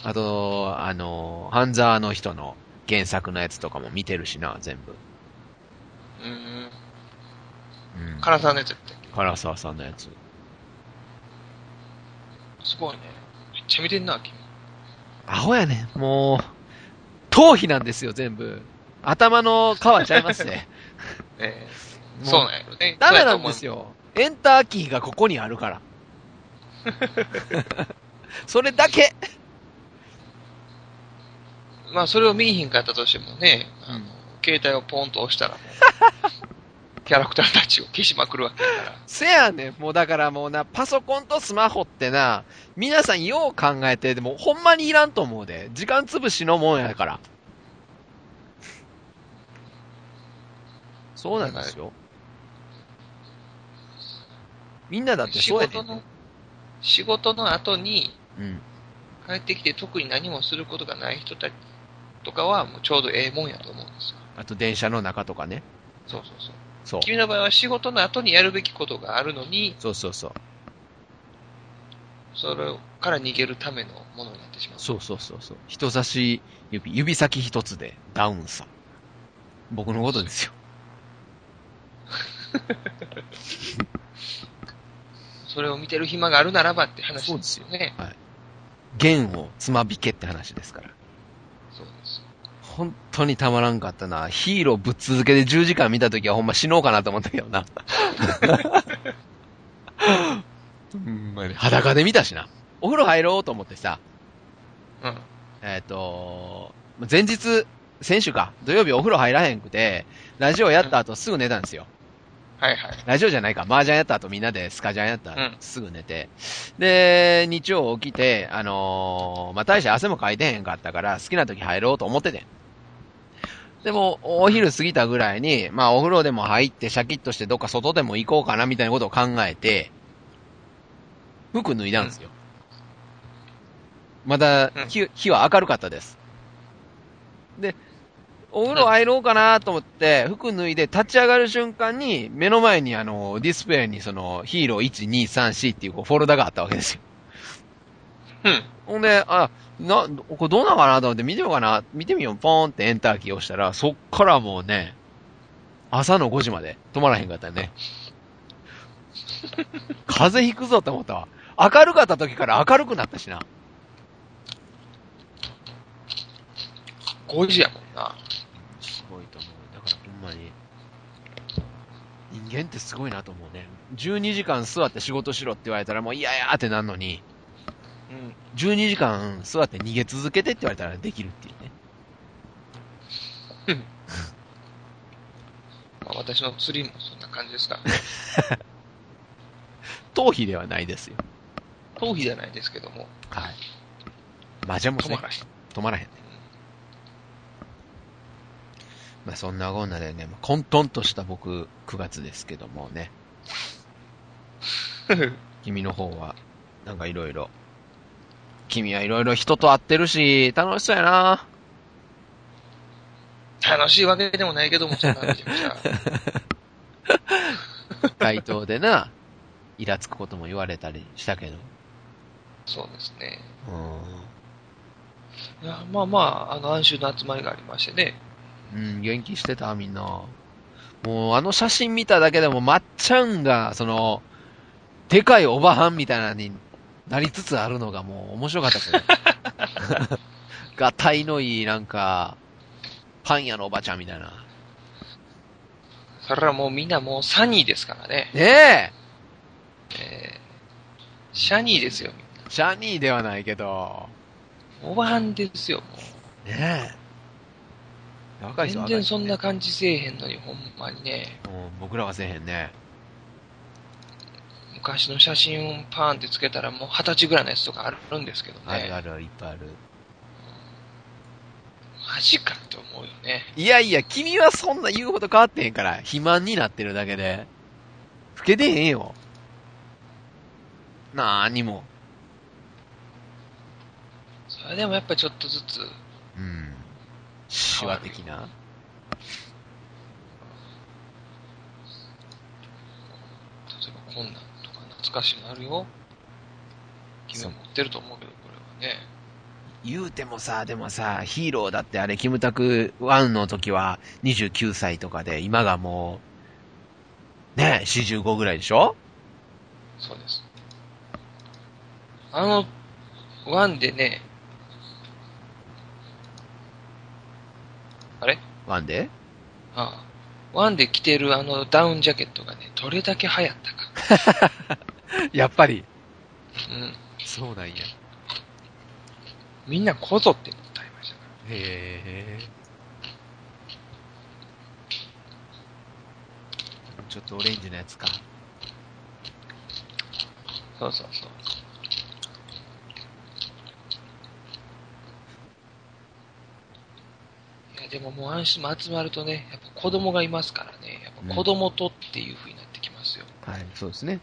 あと、あのー、ハンザーの人の原作のやつとかも見てるしな、全部。
うーん。
うん。
唐沢のやつやったっけ
唐沢さんのやつ。
すごいね。めっちゃ見てんな、君。
アホやね。もう、頭皮なんですよ、全部。頭の皮ちゃいますね。
ええ
も
[LAUGHS] そうなんやろね。
ダメなんです
よ。
よ。エンターキーがここにある
[LAUGHS]
から。それだけ。
まあ、それを見えへんかったとしてもね、あの、携帯をポンと押したらも
[LAUGHS]
う、キャラクターたちを消しまくるわけだから。
せやねん。もうだからもうな、パソコンとスマホってな、皆さんよう考えて、でもほんまにいらんと思うで。時間潰しのもんやから。そうなんですよ。みんなだって
仕
そうやね
事
ん。
の、仕事の後に、
うん。
帰ってきて特に何もすることがない人たちとかは、もうちょうどええもんやと思うんですよ。
あと電車の中とかね。
そうそうそう。
そう。
君の場合は仕事の後にやるべきことがあるのに、
そうそうそう。
それから逃げるためのものになってしまう。
そうそうそうそう。人差し指、指先一つでダウンさ。僕のことですよ。
それを見てる暇があるならばって話
そう
で
です
す
よ
よね。
弦をつまびけって話ですから。
そうです。
本当にたまらんかったな。ヒーローぶっ続けで10時間見たときはほんま死のうかなと思ったけどな。ほんまに裸で見たしな。お風呂入ろうと思ってさ、
うん。
えっ、と、前日、先週か、土曜日お風呂入らへんくて、ラジオやった後すぐ寝たんですよ。
はいはい。
ラジオじゃないか、麻雀やった後みんなでスカジャンやった後、
うん
すぐ寝て。で、日曜起きて、あのーまあ、大して汗もかいてへんかったから、好きな時入ろうと思っててん。でも、お昼過ぎたぐらいに、まあ、お風呂でも入って、シャキッとしてどっか外でも行こうかな、みたいなことを考えて、服脱いだんですよ。まだ
うん
日、日は明るかったです。で、お風呂入ろうかなと思って、服脱いで立ち上がる瞬間に、目の前にあの、ディスプレイにその、ヒーロー1、2、3、4っていうこうフォルダがあったわけですよ。
うん。
ほんで、あ、な、これどうなんかなと思って見てみようかな、見てみよう、ポーンってエンターキーを押したら、そっからもうね、朝の5時まで止まらへんかったね。風邪ひくぞって思ったわ。明るかった時から明るくなったしな。
5時やもんな。
すごいと思う。だからほんまに、人間ってすごいなと思うね。12時間座って仕事しろって言われたらもう嫌やーってなるのに、
うん。
12時間座って逃げ続けてって言われたらできるっていうね。
まあ、私の釣りもそんな感じですから。
頭皮ではないですよ。
[LAUGHS] 頭皮じゃないですけども、
はい。麻雀も
止
ね
ま、らへん。
止まらへんね。まあそんなこんなでね、まあ混沌とした僕、9月ですけども [LAUGHS] ね、君の方は、なんかいろいろ、君はいろいろ人と会ってるし、楽しそうや [LAUGHS] な
楽しいわけでもないけども、そんなめちゃくち
[LAUGHS]
ゃ。
街頭でな、イラつくことも言われたりしたけど。
そうですね。
う
いやまあまあ、あの、暗衆の集まりがありましてね。
ん。うん、元気してた、みんな。もう、あの写真見ただけでも、まっちゃんが、その、でかいおばはんみたいなのになりつつあるの [LAUGHS] がもう面白かったですね。がたいのいい、なんか、パン屋のおばちゃんみたいな。
それはもうみんなもうサニーですからね。
ねえ
えーシャニーですよ、みんな
シャニーではないけど。
おばはんですよ、もう。
ねえ若い人
全
は
然そんな
若い
感じせえへんのに、ほんまにね。
人ねうん僕らはせえへんね。
昔の写真をパーンってつけたらもう二十歳ぐらいのやつとかあるんですけど
あるあ
ね。
る、いっぱいある。
マジかって思うよね。
いやいや、君はそんな言うほど変わってへんから、肥満になってるだけで。老けてへんよ。なーにも。
それでもやっぱちょっとずつ、
うん。シワ的な。
例えばこんなんとか懐かしいのあるよ。君は持ってると思うけど、これはね。
言うてもさ、でもさ、ヒーローだってあれ、キムタク1の時は29歳とかで、今がもう、ねえ、45ぐらいでしょ
そうです。あの、ワンでね、あれ
?1 で
ああ。ワンで着てるあのダウンジャケットがね、どれだけ流行ったか。
やっぱり。
うん。
そうなんや。
みんなこぞって歌いましたか
へえ。ちょっとオレンジのやつか。
ら。そうそうそう。いや、でももう安心も集まるとね、やっぱ子供がいますからね、やっぱ子供とっていう風になってきますよ。
はい、そうですね。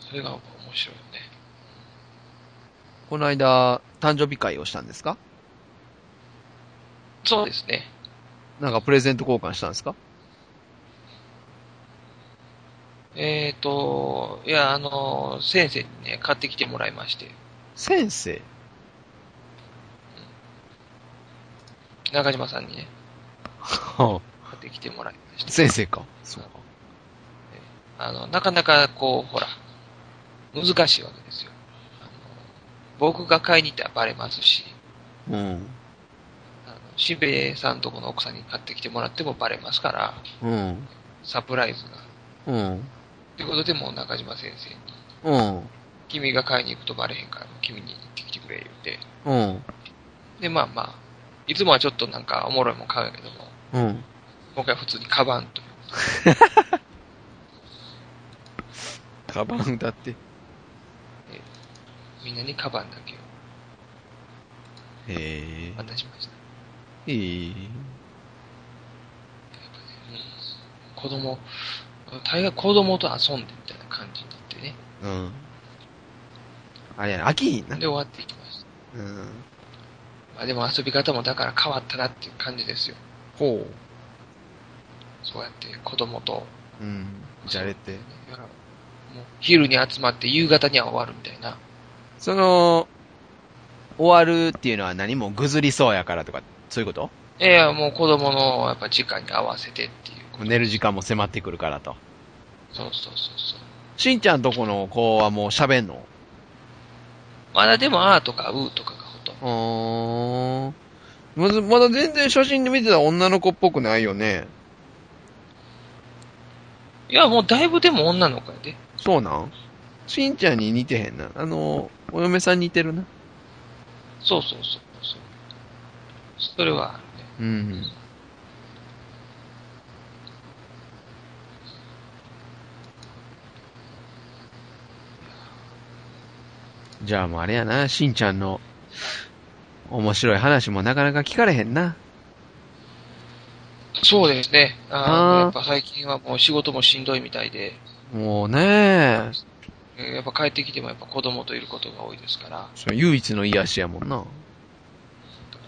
それが面白いよね。
この間、誕生日会をしたんですか
そうですね。
なんかプレゼント交換したんですか
えっ、と、いや、あの、先生にね、買ってきてもらいまして、
先生。
中島さんにね、
はあ
買ってきてもらいまして、
先生か。そうか。
あの、なかなかこう、ほら、難しいわけですよ。あの僕が買いに行ったらバレますし、
うん。
あの、しべさんとこの奥さんに買ってきてもらってもバレますから、
うん。
サプライズが。
うん。
ということで、もう中島先生に、
うん。
君が買いに行くとバレへんから、君に行ってきてくれ、言って。
うん。
で、まあまあ、いつもはちょっとなんかおもろいもん買うんやけども、
うん。
今回は普通にカバンと
カバンだって。
みんなにカバンだけを
へ
渡しました。
え。へえ。
うん、子供、大概子供と遊んでみたいな感じになってね。
うん。あれやな、秋にな
で、終わっていきました。
うん。
まあでも遊び方もだから変わったなっていう感じですよ。
ほ
そうやって子供と。
う。うん。じゃれて。
いやもう昼に集まって夕方には終わるみたいな。
その、終わるっていうのは何もぐずりそうやからとか、そういうこと
いやいや、もう子供のやっぱ時間に合わせてっていう。
寝る時間も迫ってくるからと。
そうそうそうそう。
しんちゃんとこの子はもう喋んの
まだでもあーとかうーとかがほとんど。
うーん。まず、まだ全然写真で見てた女の子っぽくないよね。
いや、もうだいぶでも女の子やで。
そうなんしんちゃんに似てへんな。あの、お嫁さん似てるな。
そうそうそうそう。それはあるね。
うん。じゃあもうあれやな、しんちゃんの面白い話もなかなか聞かれへんな。
そうですね。あ
あー
ーやっぱ最近はもう仕事もしんどいみたいで、
もうね
えーやっぱ帰ってきてもやっぱ子供といることが多いですから、
それ唯一の癒しやもんな。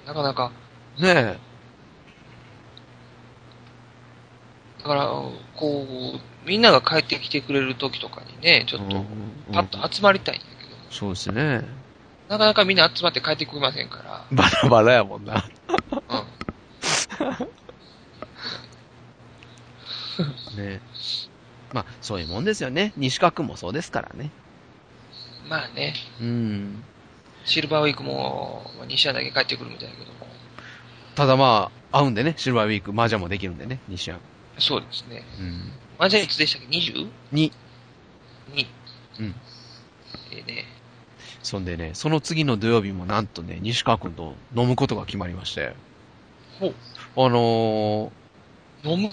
なかなか、
ね
だから、こう、みんなが帰ってきてくれる時とかにね、ち
え。
ょっ
うん
と、
うん
パッと集まりたいんだけど、
そうですね。
なかなかみんな集まって帰ってこませ
[LAUGHS]
んか
バラバラやもんな。
ら、うん。
ねまあ、そういうもんですよね。西川君もそうですからね。
まあね、
うん。
シルバーウィークも2社だけ帰ってくるみたいだけども、
ただまあ、合うんでね、シルバーウィーク、麻雀もできるんでね、西山。
そうですね。
うん。
マジャいつでしたっけ ?20?
に、
に。
うん。
えーね。
そんでね、その次の土曜日もなんとね、西川くんと飲むことが決まりまして。
ほう。
あのー、
飲む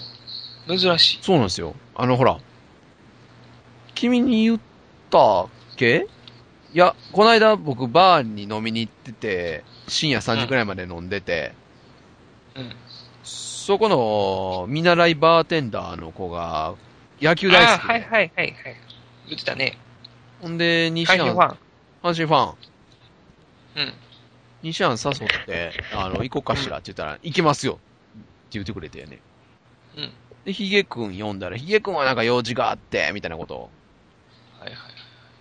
珍しい。
そうなんですよ。あの、ほら、君に言ったっけいや、こないだ僕バーに飲みに行ってて、深夜3時くらいまで飲んでて、
うん。
そこの見習いバーテンダーの子が野球
あ
大
あ
好きで、
はいはいはいはい。言ってたね。
ほんで、西
会
安、阪
社ファ
神
ン。
ファン、
うん。
西安誘って、あの、行こうかしらって言ったら、行きますよって言ってくれてね。
うん。
で、ヒゲくん呼んだら、ヒゲくんはなんか用事があって、みたいなことを
はいはい。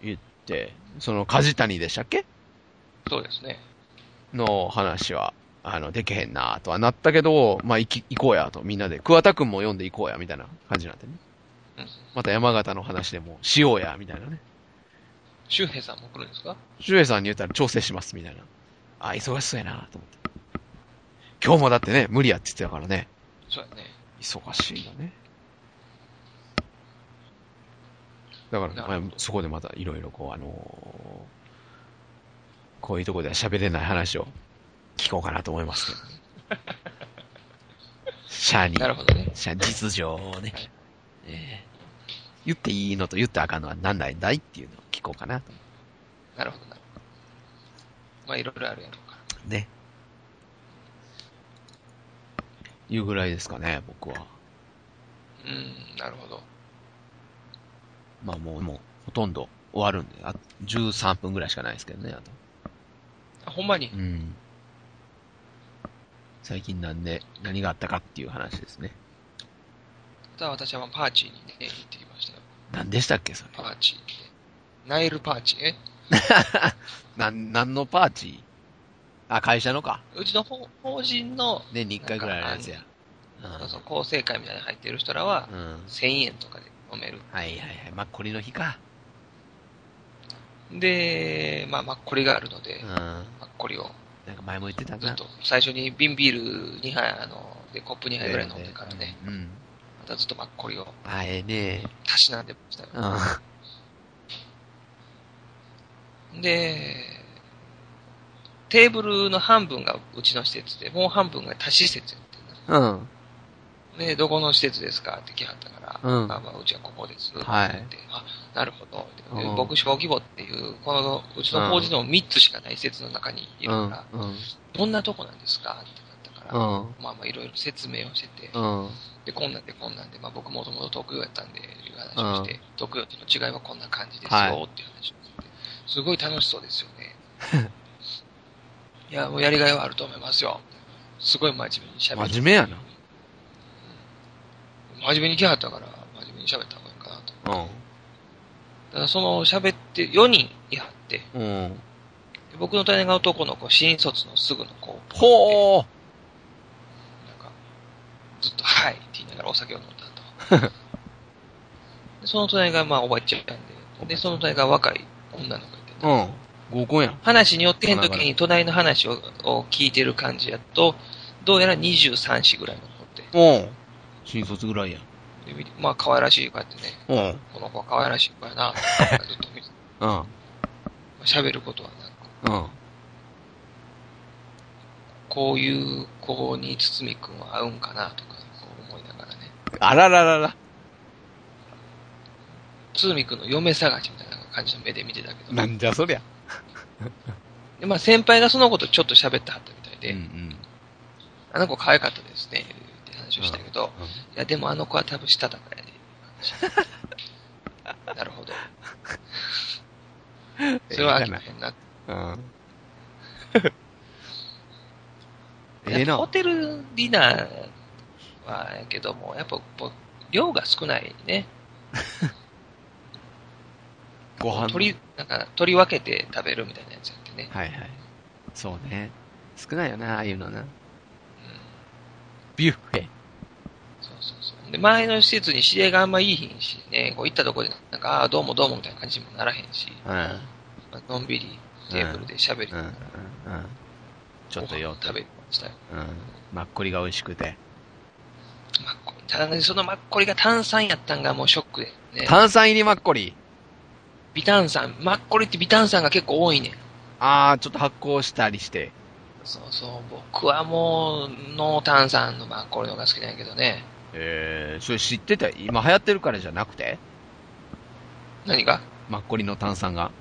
言って、その梶谷でしたっけ
そうですね。
の話は、あの、でけへんなとはなったけど、まあ、行き、行こうやと、みんなで、桑田くんも読んで行こうや、みたいな感じになってね
うん。
また山形の話でも、しようや、みたいなね。
周平さんも来るんですか
シュエさんに言ったら調整します、みたいな。あ、忙しそうやなと思って。今日もだってね、無理やって言ってたからね。
そうやね。
忙しいんだね。だから、
なる
まあそこでまたいろいろこう、あのーこういうとこでは喋れない話を聞こうかなと思いますけど、
[LAUGHS]
ね。シャーニ
なる
ー、
ほどね。
シャ実情をね、えー言っていいのと言ってあかんのは何なんだいっていうのを聞こうかなと。
なるほどなるほど。まあいろいろあるやろうから。
ね。いうぐらいですかね、僕は。
うん、なるほど。
まあもう、もう、ほとんど終わるんで、あ13分ぐらいしかないですけどね、あと。
あ、ほんまに。
うん。最近なんで、何があったかっていう話ですね。
ただ私はパーチーにね、行ってきましたよ。
何でしたっけ、それ。
パーチーにね。ナイルパーチーね。
なん、何のパーティーあ、会社のか。
うちの法法人の、
年に1回ぐらいのやつや。
そうそう、構成会みたいなの入ってる人らは
う、ん。うん。
1000円とかで飲める。
はいはいはい。まっこりの日か。
で、まあ、マッコリがあるので
うん。、な
マッコリを
んか前も言ってたな。
ずっと、最初に瓶ビール2杯、あの、で、コップ2杯ぐらい飲んでからね、
うん。
またずっとマッコリを
あ、ええね
たしなんでましたよ
うん。は
で、テーブルの半分がうちの施設で、もう半分が他施設やってん
うん。
なね、どこの施設ですかって来はったから、
うん
あまあ、うちはここです。
はい
ってあ、なるほど。で
うん
僕、小規模っていう、この、うちの法人の3つしかない施設の中にいる
う
から、
ん。うん。
どんなとこなんですかってなったから、
うん。
まあまあいろいろ説明をしてて、
うん。
で、こんなんでこんなんで、まあ僕もともと東洋やったんで、いう話をして、東洋との違いはこんな感じですよ、
はい
っていう話をしてて、すごい楽しそうですよね。
[LAUGHS]
いや、もうやりがいはあると思いますよ。すごい真面目に喋って。
真面目やな。
真面目に来はったから、真面目に喋った方がいいかなと。
うん。
ただその喋って、4人いはって、で
うん。
僕の隣が男の子、新卒のすぐの子、なん
ほー
か、ずっと、はいって言いながらお酒を飲んだと。でその隣が、まあ、おばちゃんで、で、その隣が若い女の子いて、
うん。合コンやん。
話によってへん時に隣の話をを聞いてる感じやと、どうやら23子ぐらいの子って
うん。新卒ぐらいやん。
で見て、まあ可愛らしい子やってね、
うん。
この子は可愛らしい子やな、ずっと見て
うん。
喋ることはなく、
うん。
こういう子に堤くんは合うんかなとかこう思いながらね、
あらららら。
堤くんの嫁探しみたいな感じの目で見てたけど、
なんじゃそりゃ。
でまあ先輩がそのことちょっと喋ってはったみたい
うんう
で、
ん。
あの子可愛かったですね、って話をしたけど、いや、でもあの子は多分したたかや
[LAUGHS]
で。なるほど。それは諦めへんな。
うん。 [LAUGHS]
や
ええ
っぱ
な。
ホテルディナーはやけども、やっぱこう量が少ないね。
ご飯。
取り、なんか取り分けて食べるみたいなやつやってね。
はいはい。そうね。少ないよな、ああいうのな。
うん。
ビュッフェ。
そうそうそう。で、前の施設に知り合いがあんまいいひんしね、こう行ったとこでなんか、ああ、どうもどうもみたいな感じにもならへんし、
うん。
まあのんびりテーブルで喋り
うん。う
なが
ん
ら、。
うんちょっとよ
ご飯食べる。したよ。
うん。マッコリが美味しくて。
マッコリただね、そのマッコリが炭酸やったんがもうショックで、ね。
炭酸入りマッコリ。
微炭酸、マッコリって微炭酸が結構多いねん。
あー、ちょっと発酵したりして。
そうそう、僕はもう、濃炭酸のマッコリの方が好きなんやけどね。
えー、それ知ってた今流行ってるからじゃなくて
何が
マッコリの炭酸が。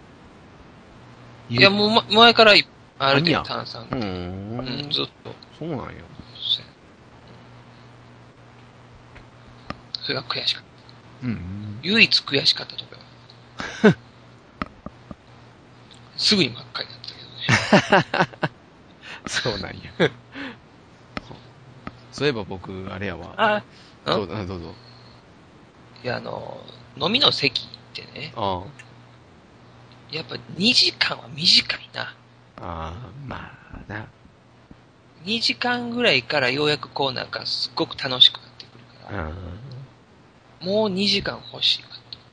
いや、もうま、前からいあるけ
あん
ど、
や
炭酸
うー。
うんん、。ずっと。
そうなんや。
そうやそれが悔しかった。
うん。
唯一悔しかったと [LAUGHS] こよ。すぐに真っ赤になったけど [LAUGHS] ね。
そうなんや。 [LAUGHS] そういえば僕、あれやわ。
あ
どうぞ、どうぞ。
いや、あの、飲みの席ってね、
あ
やっぱ2時間は短いな。
あー、まあな。
2時間ぐらいからようやくこうなんかすっごく楽しくなってくるか
う
ら、
ん。
もう2時間欲しいわと思っ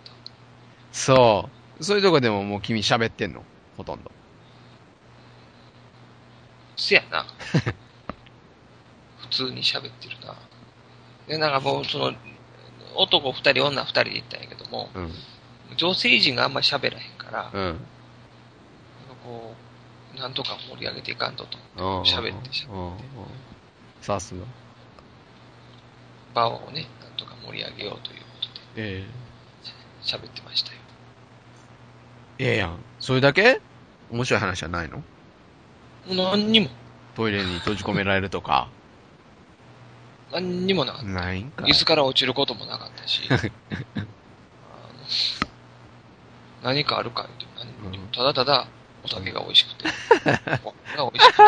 そう。そういうとこでももう君喋ってんのほとんど。
た。せやな。普通に喋ってるな。で、なんかもうその、男2人、女2人で行ったんやけども、
うん。
女性陣があんまり喋らへんから、
うん。
なんかこう、なんとか盛り上げていかんとと、
喋
喋って
ゃ
し
って。さすが。
場をね、なんとか盛り上げようということで
え
喋ってましたよ。
え。ええやん。それだけ面白い話じゃないの
もう何にも、
トイレに閉じ込められるとか。
何にもなかっ
ないん
た。
かい
椅。子から落ちることもなかったし、あの何かあるか言うても何にも
うん
ただただお酒が美味しくて、ご飯が美味し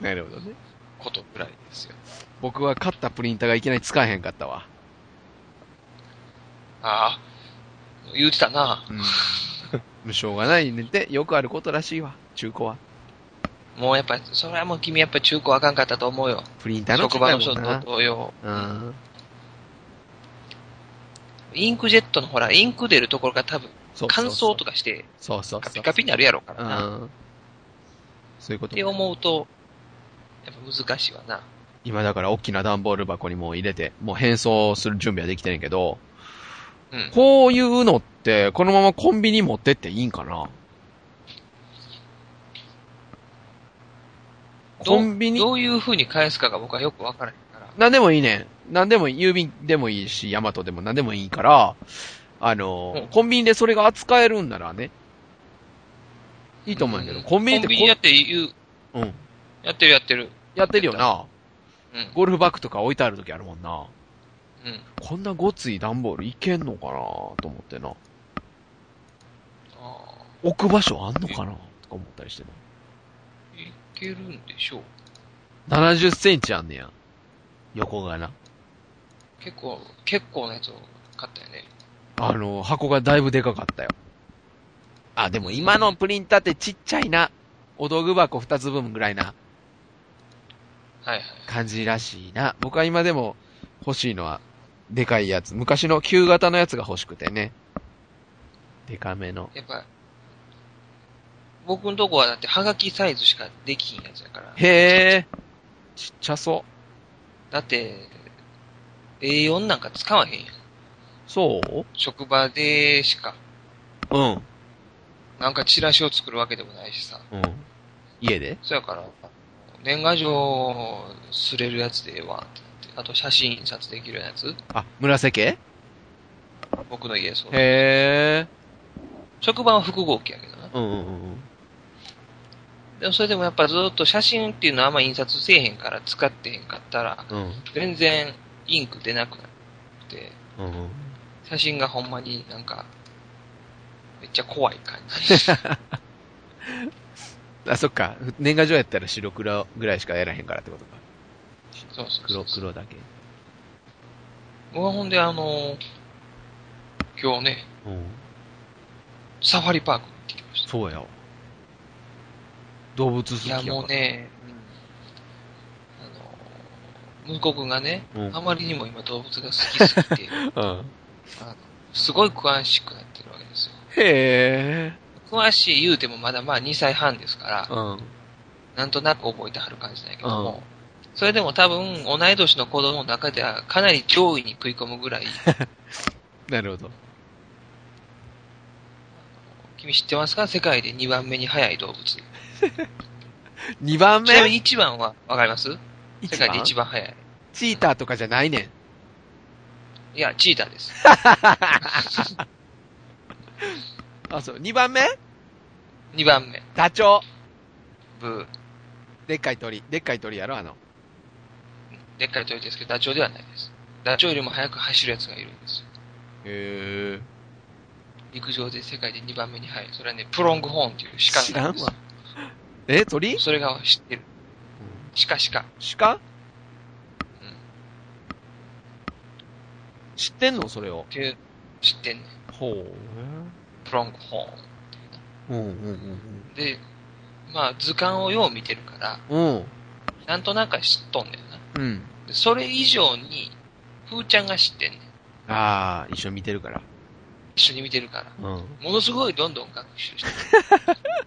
い
なるほどね。
ことぐらいですよ。
僕は買ったプリンターがいきなり使えへんかったわ。
ああ、言うてたな。
うん。しょうがないねって、よくあることらしいわ。中古は。
もうやっぱ、それはもう君やっぱ中古あかんかったと思うよ。
プリンターの
職場の
使
人
いもん
と
な
同様。
うん。
インクジェットのほら、インク出るところが多分
そうそうそう
乾燥とかして、
そうそう
カ
そ
ピ
う。
カピになるやろうから
う
な。っ
ん。そういうこと
て思うと、やっぱ難しいわな。
今だから大きな段ボール箱にもう入れて、もう変装する準備はできてんやけど、
うん。
こういうのって、このままコンビニ持ってっていいんかな
ど
コンビニ
どういう風に返すかが僕はよくわからへんから。
何でもいいねん。何でもいい、郵便でもいいし、ヤマトでも何でもいいから、あの、
うん
コンビニでそれが扱えるんならね、いいと思うんやけど、
うん
コンビニって
コ
こ
ンビニやって言う、
うん、
やってるやってる。
やってるよな。
うん。
ゴルフバッグとか置いてある時あるもんな。
うん。
こんなごつい段ボールいけんのかなと思ってな。
あ
置く場所あんのかなとか思ったりしてね。
ーいけるんでしょう。
70センチあんねや。横がな。
結構、結構なやつを買ったよね。
あの、箱がだいぶでかかったよ。あ、でも今のプリンターってちっちゃいな。お道具箱2つ分ぐらいな
はいはい。
感じらしいな。僕は今でも欲しいのは、でかいやつ。昔の旧型のやつが欲しくてね。でかめの。
やっぱ、僕のとこはだってハガキサイズしかできひんやつやから。
へえ。ちっちゃそ
だって、A4 なんか使わへんや
う。
ん。
そう
職場でしか、
うん。
なんかチラシを作るわけでもないしさ。
うん。家で
そやから、年賀状すれるやつでええわってなって。あと写真印刷できるやつ
あ、紫へ
僕の家そう。
え。
職場は複合機やけどな。
うんうんうんうん。
でもそれでもやっぱずっと写真っていうのはあんま印刷せえへんから使ってへんかったら、
うん。
全然インク出なくなって、
うんうん。
写真がほんまになんか、めっちゃ怖い感
[LAUGHS]
じ。
あ、そっか。年賀状やったら白黒ぐらいしかやらへんからってことか。
そうそうそう
黒黒だけ。
僕はほんであの、今日ね、
うん。
サファリパークに行ってきまし
そうやわ。動物好きや
た。いやもう。ね、あの、向こう君がね、
うん
あまりにも今動物が好きすぎ
[LAUGHS]
て、
うん。
あのすごい詳しくなってるわけですよ。
へえ。
詳しい言うてもまだまあ2歳半ですから、
うん。
なんとなく覚えてはる感じだけども、それでも多分同い年の子供の中ではかなり上位に食い込むぐらい、
[LAUGHS] なるほど。
君知ってますか世界で2番目に速い動物。ち
2番目
なみに1番はわかります世
一
界で
番
一番速い。
チーターとかじゃないねん。
いや、チーターです。
あ、そう。2番目
2番目、
ダチョウ。
ブ
でっかい鳥。でっかい鳥やろ、あの。
ー。でっかい鳥ですけど、ダチョウではないです。ダチョウよりも速く走るやつがいるんですよ。
へえ。
陸上で世界で2番目に速い。それはね、プロングホーンっていう鹿なんです。
知らんわえ、鳥
それが知ってる。鹿鹿。
鹿知ってんのそれを
っ。ていう、知ってんねん
ほう。
プロングホ
うんうん
ーン。で、まあ、図鑑をよう見てるから、
うんうん。
なんとなくは知っとんだよな。
うん。うん。
でそれ以上に、ふーちゃんが知ってんねん。
ああ、一緒に見てるから。
一緒に見てるから。
[LAUGHS] うん。
ものすごいどんどん学習してる。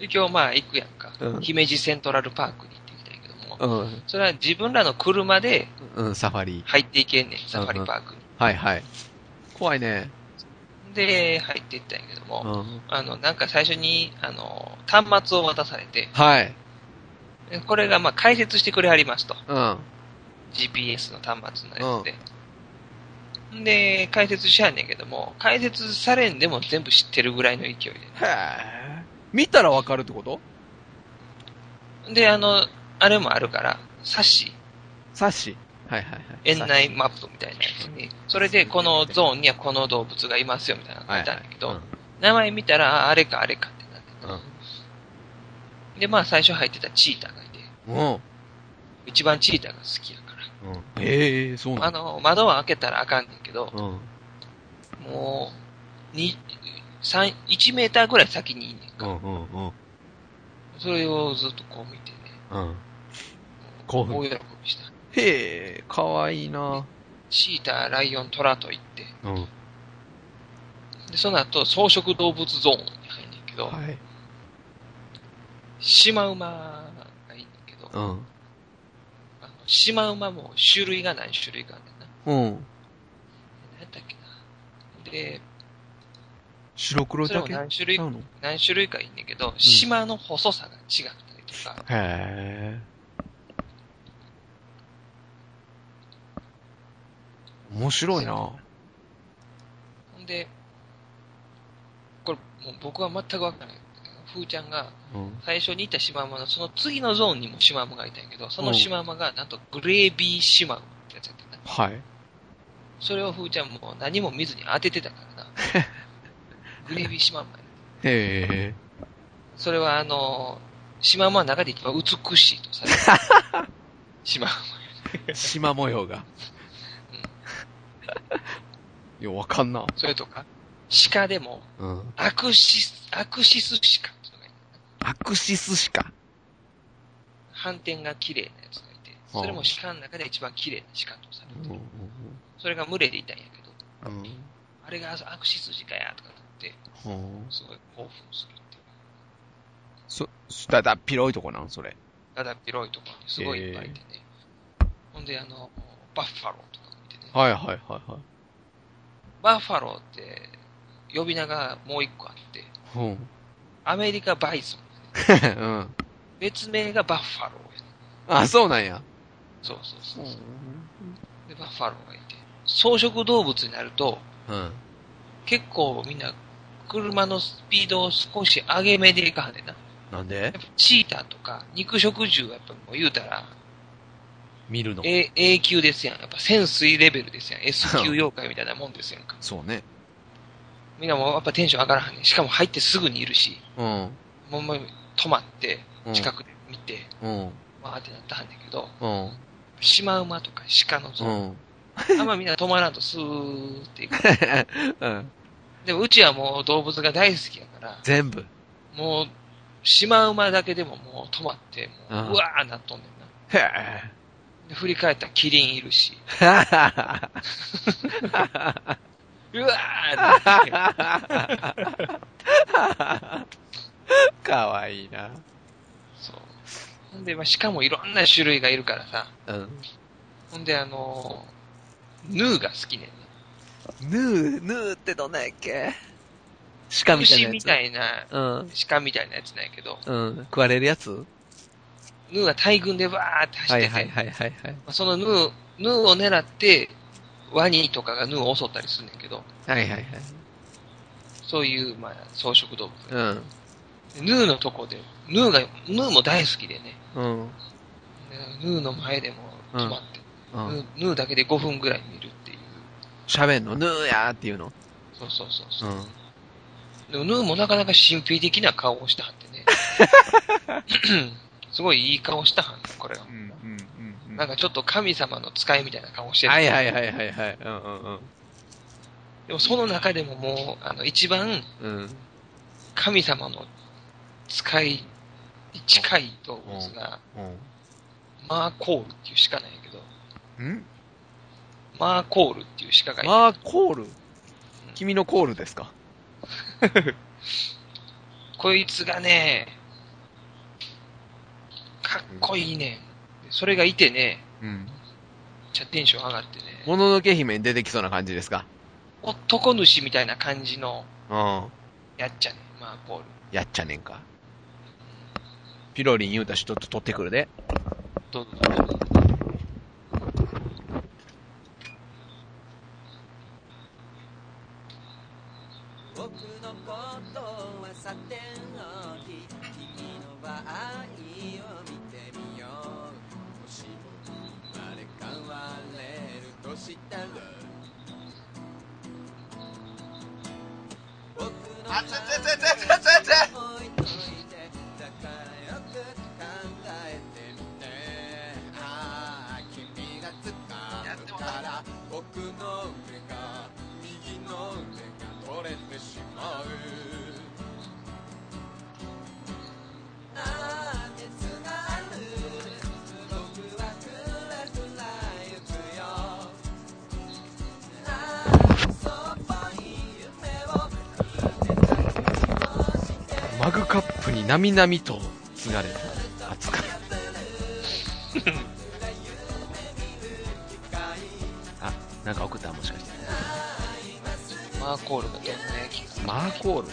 で、今日まあ行くやんか。
うん
姫路セントラルパークに行ってきたんやけども。
うん。
それは自分らの車で
うん、サファリ。
入っていけんねん、サファリパークに。
はいはい。怖いね。
で、入っていったんやけど
う
も、
ん。
あの、なんか最初に、あの、端末を渡されて、
はい。
でこれがまあ解説してくれはりますと。
うん。
GPS の端末のやつで。ん、で、解説しはんねんけども、解説されんでも全部知ってるぐらいの勢い
へえ。見たらわかるってこと
で。で、あの、あれもあるから、冊子、
サッシ。はいはいはい。
園内マップみたいなやつに、それでこのゾーンにはこの動物がいますよみたいなの
は
書
い
いてあ
は
るんだけ
い。
ど、名前見たら、ああれかあれかってなってた。で、まあ最初入ってたチーターがいて、
うん。うん。
一番チーターが好きやから。
うん。へえ、そうな
あ
んだ。
の、窓は開けたらあかんねんけど、
うん。
もう、に、三、1メーターぐらい先にいんねん
う
か。
んうんうん。
それをずっとこう見てね、
うん。興奮
大喜びした。
へえ、かわいいな
チーター、ライオン、トラと行って、
うん。
で、その後、草食動物ゾーンに入んねんけど、
はい。
シマウマがいいねんけど、
うん。
あのシマウマも種類が何種類かあんねんな。
うん。
何やったっけな。で、
白黒
それ
だ
も
け
何種類
ちゃ、うの
何種類かいいんだけど、島の細さが違ったりとか、
へえ。面白いな
ほんで、これもう僕は全くわからない。ふーちゃんが
うん。
最初にいたシマウマのその次のゾーンにもシマウマがいたんやけど、そのシマウマがなんとグレービーシマウマってやつやったな。
はい。
それをふーちゃんも何も見ずに当ててたからな。グレービーシマウマや。
へえ。
それはあの、シマウマの中で一番美しいとされる。シマウマ。
縞模様が。いや、わかんな。
それとか、鹿でも、
うん。
アクシス、アクシス鹿っていうのがいて、
アクシスしか。
反転が綺麗なやつがいて、それも鹿の中で一番綺麗な鹿とされてる。それが群れでいたんやけど、
うん。
あれがアクシス鹿やとかって、
うん。
すごい興奮するっていう。
そ、だ、だ、広いとこなんそれ。
ただ広いところにすごいいっぱいいてね。ほんで、あの、バッファローとかもいてね。
はいはいはいは
バッファローって、呼び名がもう一個あって、
い。うん。 [LAUGHS]
アメリカバイソン。
うん。
別名がバッファローやね。
あ、そうなんや。
そうそうそうそう。で、バッファローがいて。草食動物になると、
うん。
結構みんな、車のスピードを少し上げ目でいかはんねんな。
なんで
やっぱチーターとか、肉食獣はやっぱもう言うたら、
見るの
A, A 級ですやん。やっぱ潜水レベルですやん。S
[LAUGHS]
級妖怪みたいなもんですやんか。
そうね。
みんなもうやっぱテンション上がらはんねん。しかも入ってすぐにいるし、
うん。
もうもう止まって、
うん
近くで見て、
うん。
わーってなったはんねんけど、
うん。
シマウマとか鹿のゾーン、
ん。 [LAUGHS]
あんまみんな止まらんとスーっていく。
うん。
でもうちはもう動物が大好きやから、
全部。
もう、シマウマだけでももう止まって、も
う
うんうわーなっとんねんな。
へえ。 [LAUGHS]
で振り返ったらキリンいるし、
[LAUGHS]
うわーってなって
かわいいな。
そう。ほんで、まあ、しかもいろんな種類がいるからさ。
うん。
ほんで、あのーヌーが好きねんな。
ヌー、ヌーってどんなんやっけ鹿みたいな
牛
やつ。
みたいな、
うん。
鹿みたいなやつなんやけど、
うん。食われるやつ
ヌーが大群でバーって走っ
は
て
い
て、
はいはいはいはい。
まあそのヌー、ヌーを狙って、ワニとかがヌーを襲ったりするんだけど、
はいはいはい。
そういう、まあ、草食動物。
うん。
ヌーのとこで、ヌーが、ヌーも大好きでね、
うん。
でヌーの前でも止まって、
う
ヌ
ん。
ーヌーだけで5分ぐらい見るっていう。
喋んのヌーやーっていうの。
そうそうそう
う
そう、
ん。
でもヌーもなかなか神秘的な顔をしたはってね。
[LAUGHS]
すごいいい顔したはん、これは。
うんうん
なんかちょっと神様の使いみたいな顔してる。
はいはいはいはいはい。うんうん
でもその中でももう、あの、一番
うん。うん。
神様の使いに近い動物が、マーコールっていう鹿なんやけど、
うん
マーコールっていう鹿がいる。
まあ、コール。君のコールですか。
こいつがね、かっこいいねん。それがいてね、
うん。
じゃテンション上がってね、
もののけ姫に出てきそうな感じですか。
男主みたいな感じの
うん。
やっちゃねん、マーコール。
やっちゃねんか。ピロリン言うたしちょっと取ってくるで。
どんどんどんどん
僕のことはさておき君の場合を見てみようもしも生まれ変われるとしたら僕の
あちゃちゃちゃちゃちゃちゃ
置いといてだからよく考えてみてああ君が掴むから僕の腕が右の腕が取れてしまうああ熱がある僕はふらふら行くよああそっぽい夢を
マグカップになみなみと継がれた。熱か。 [LAUGHS] あ、なんか送ったもしかして。
マーコールがどんなやつか
マーコール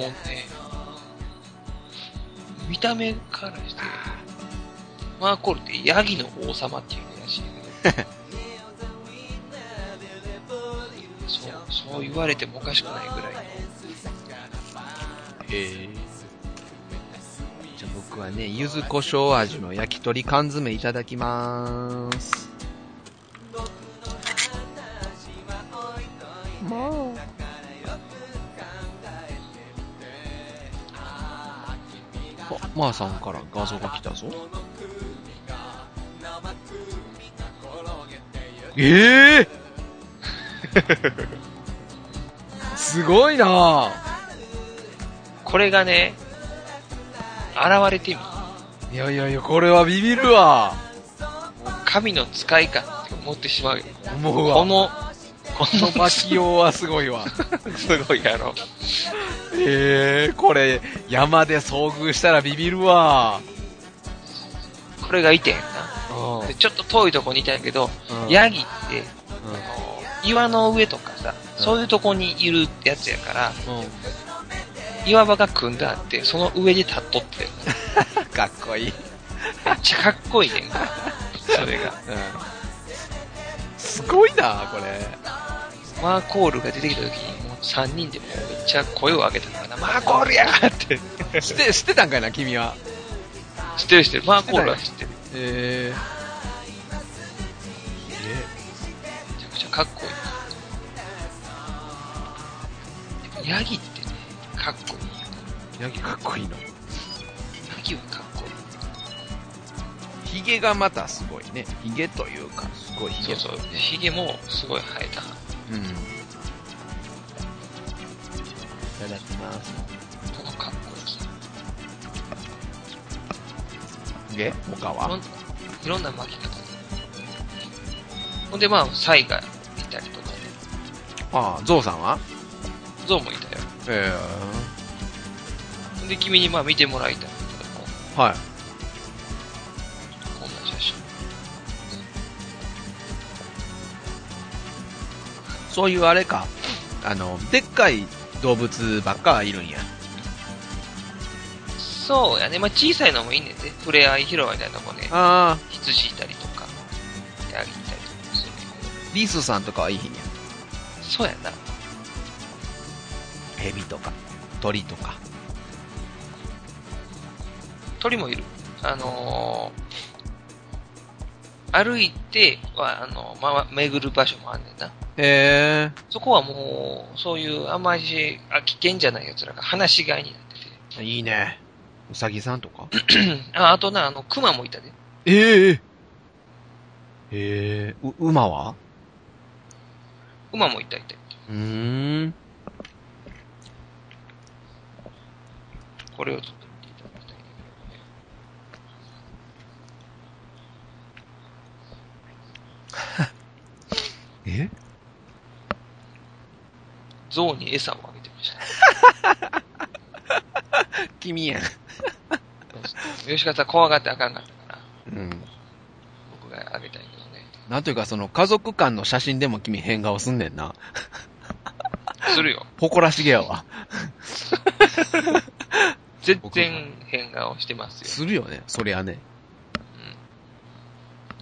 もうね、見た目からして、マーコールってヤギの王様っていうらしいんだけど、そう、そう言われてもおかしくないぐらい
へえ。じゃあ僕はね、柚子胡椒味の焼き鳥缶詰いただきまーす。もう。あ、まー、さんから画像が来たぞ。ええ [LAUGHS] すごいな
これがね、現れてみる。
いやいやいや、これはビビるわ。
神の使いかって思ってしまうよ。
思うわ。
この、こ
こ
の
の巻きようはすごい [LAUGHS] わ。
すごいやろ。
ええこれ、山で遭遇したらビビるわ。
これがいてん
うん
な。でちょっと遠いとこにいたんやけど、
うん
ヤギって、岩の上とかさ、そういうとこにいるやつやから、
うん。
岩場が組んであって、その上で立っとってん
かっこいい。
な、めっちゃかっこいいねんな。 [LAUGHS] それが。
すごいな、これ。
マーコールが出てきた時に、もう3人でもうめっちゃ声を上げたからな、マーコールやーって。
知って、知ってたんかいな、君は。
知ってる知ってる、マーコールは知ってる。
え
めちゃくちゃかっこいい。でもヤギってね、かっこいいよ。
えヤギかっこいいの。
ヤギはかっこいい。
ヒゲがまたすごいね。ヒゲというか、すごいヒ
そ
ゲ。
うそう。ヒゲもすごい生えた。
うん。いただきます。
このかっこいい。
で、他
いろ
は
んいろんな巻き方。ほんで、まあ、サイがいたりとかね。
ああ、ゾウさんは
ゾウもいたよ。
ええ
で、君にまあ見てもらいたい。こ
はい。
こんな写真。
そういうあれか。あの、でっかい動物ばっかいるんや。
そうやね。まあ小さいのもいいねんで、ふれあい広場みたいなとこね、
ああ、
羊いたりとか、ヤギいたりとかするねんけど
リスさんとかはいいんや。
そうやな。
蛇とか、鳥とか。
鳥もいる。あのー歩いては、あのーまわ巡る場所もあんねんな。
へえ。
そこはもう、そういう、あんまり、あ、危険じゃない奴らが話し飼いになっ
いいね。うさぎさんとか。
てて。あ、あとな、あの、熊もいたで。
ええええう、馬は
馬もいたいたいた。
うーん。
これをちょっと見ていただきたいんだけどね。
え
象に餌をあげてました。
君やん。
吉川さん怖がってあかんかったから、
うん。
僕があげたいけどね。
なんというか、その家族間の写真でも君変顔すんねんな。
するよ。
誇らしげや [LAUGHS] わ。
全然変顔してますよ。
するよね、そりゃね。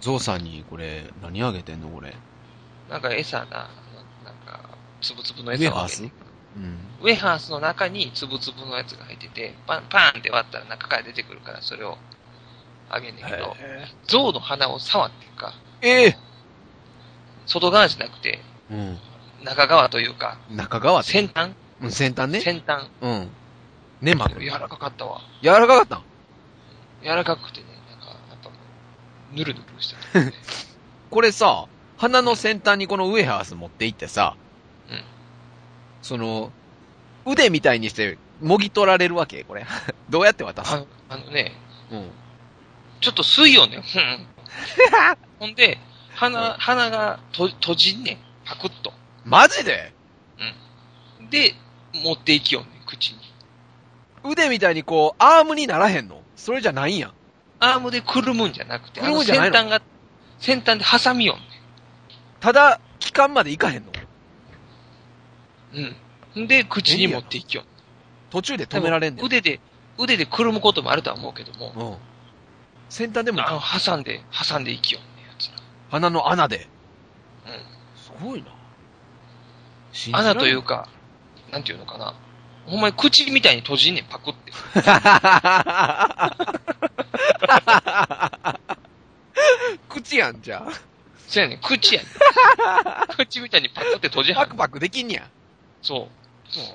ゾウさんにこれ、何あげてんのこれ。
なんか餌な、なんか、つぶつぶの
ウェ
餌を
ハ
あ
ー
げて
スうん。
ウェハースの中につぶつぶのやつが入ってて、パン、パンって割ったら中から出てくるから、それをあげんねんけど、象の鼻を触っていうか、
ええ
外側じゃなくて、中側というか、
うん。中川って。
先端、
うん先端ね。
先端。
うん。ね、ま
柔らかかったわ。
柔らかかったん
柔らかくてね、なんか、やっぱ、ぬるぬるしてる、ね。
これさ、鼻の先端にこのウェハース持って行ってさ、
うん
その、腕みたいにして、もぎ取られるわけこれ。 [LAUGHS] どうやって渡 [LAUGHS] す
あのあのね、
うん。
ちょっと吸いよんねん。ふんほんで、鼻、鼻がと閉じんねん。パクッと。
マジで
で、持っていきよんねん、口に。
腕みたいにこう、アームにならへんのそれじゃないんや。
アームでくるむんじゃなくて、
くるむんじゃないの
あの先端が、先端で挟みよん
ただ、気管まで行かへんの
ねん。うん。んで、口に持っていきよん。
途中で止められんねん。
腕で、腕でくるむこともあるとは思うけども、
うん。先端でも
あの、挟んで、挟んでいきよんねん、やつら。
鼻の穴で。
うん。
すごいな。信じられん
穴という。か、なんていうのかな。ほんまに口みたいに閉じんねん、パクって。
[LAUGHS] 口やんじゃあ。
そうやねん、口やね
[LAUGHS]
ん。口みたいにパクって閉じは
パ
ん
クパクできんねや。
そ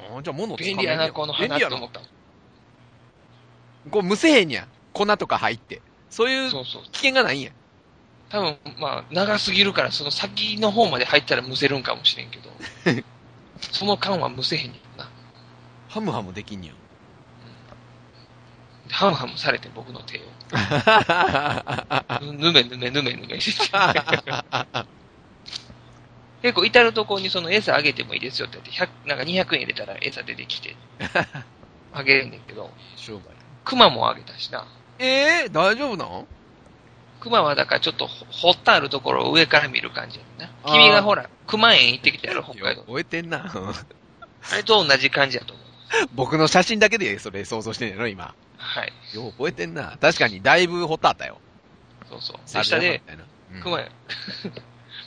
う。
うんじゃあ物を
便利やな、この花
便利
っ
や
て
な
思った。
こう、むせへんねや。粉とか入って。そういう
そうそう。
危険がないんや。
多分、まあ、長すぎるから、その先の方まで入ったらむせるんかもしれん
[LAUGHS]
けど、その間はむせへんよな。
ハムハムできんねや。
でハムハムされて僕の手を。ぬめぬめぬめ
[LAUGHS]
ぬめして。結構至るとこにその餌あげてもいいですよって言って、100なんか200円入れたら餌出て
[LAUGHS]
きて、あげるんだけど、
商売。
熊もあげたしな。
ええ大丈夫なん
熊はだからちょっとほほったあるところを上から見る感じやな。
あー
君がほら、熊園行ってきたやろ、北海道。
終えてんな。
あれと同じ感じやと思う。
僕の写真だけでそれ想像してんやろ、今。
はい。
よう覚えてんな。確かに、だいぶ掘ったあったよ。
そうそう。で下で、
猿山みたいな、
熊や。 [LAUGHS]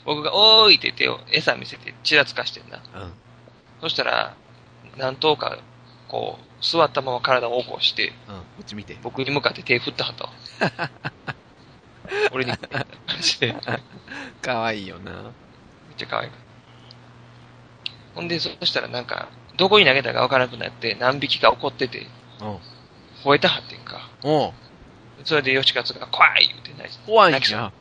僕が、おーいって手を、餌見せて、ちらつかしてんな。
うん。うん。
そしたら、何頭か、こう、座ったまま体を起こして、
うん。こっち見て。
僕に向かって手振ったはったわ
[LAUGHS]
俺に、 [LAUGHS] 感じで。めっ
かわいいよな。
ちゃ可愛い。ほんで、そしたらなんか、どこに投げたかわからなくなって、何匹か怒ってて、
うん。
吠えたはってんか。
おう
それで吉勝が、怖い言うて泣いて
怖い
泣き
ん
そう
や。うん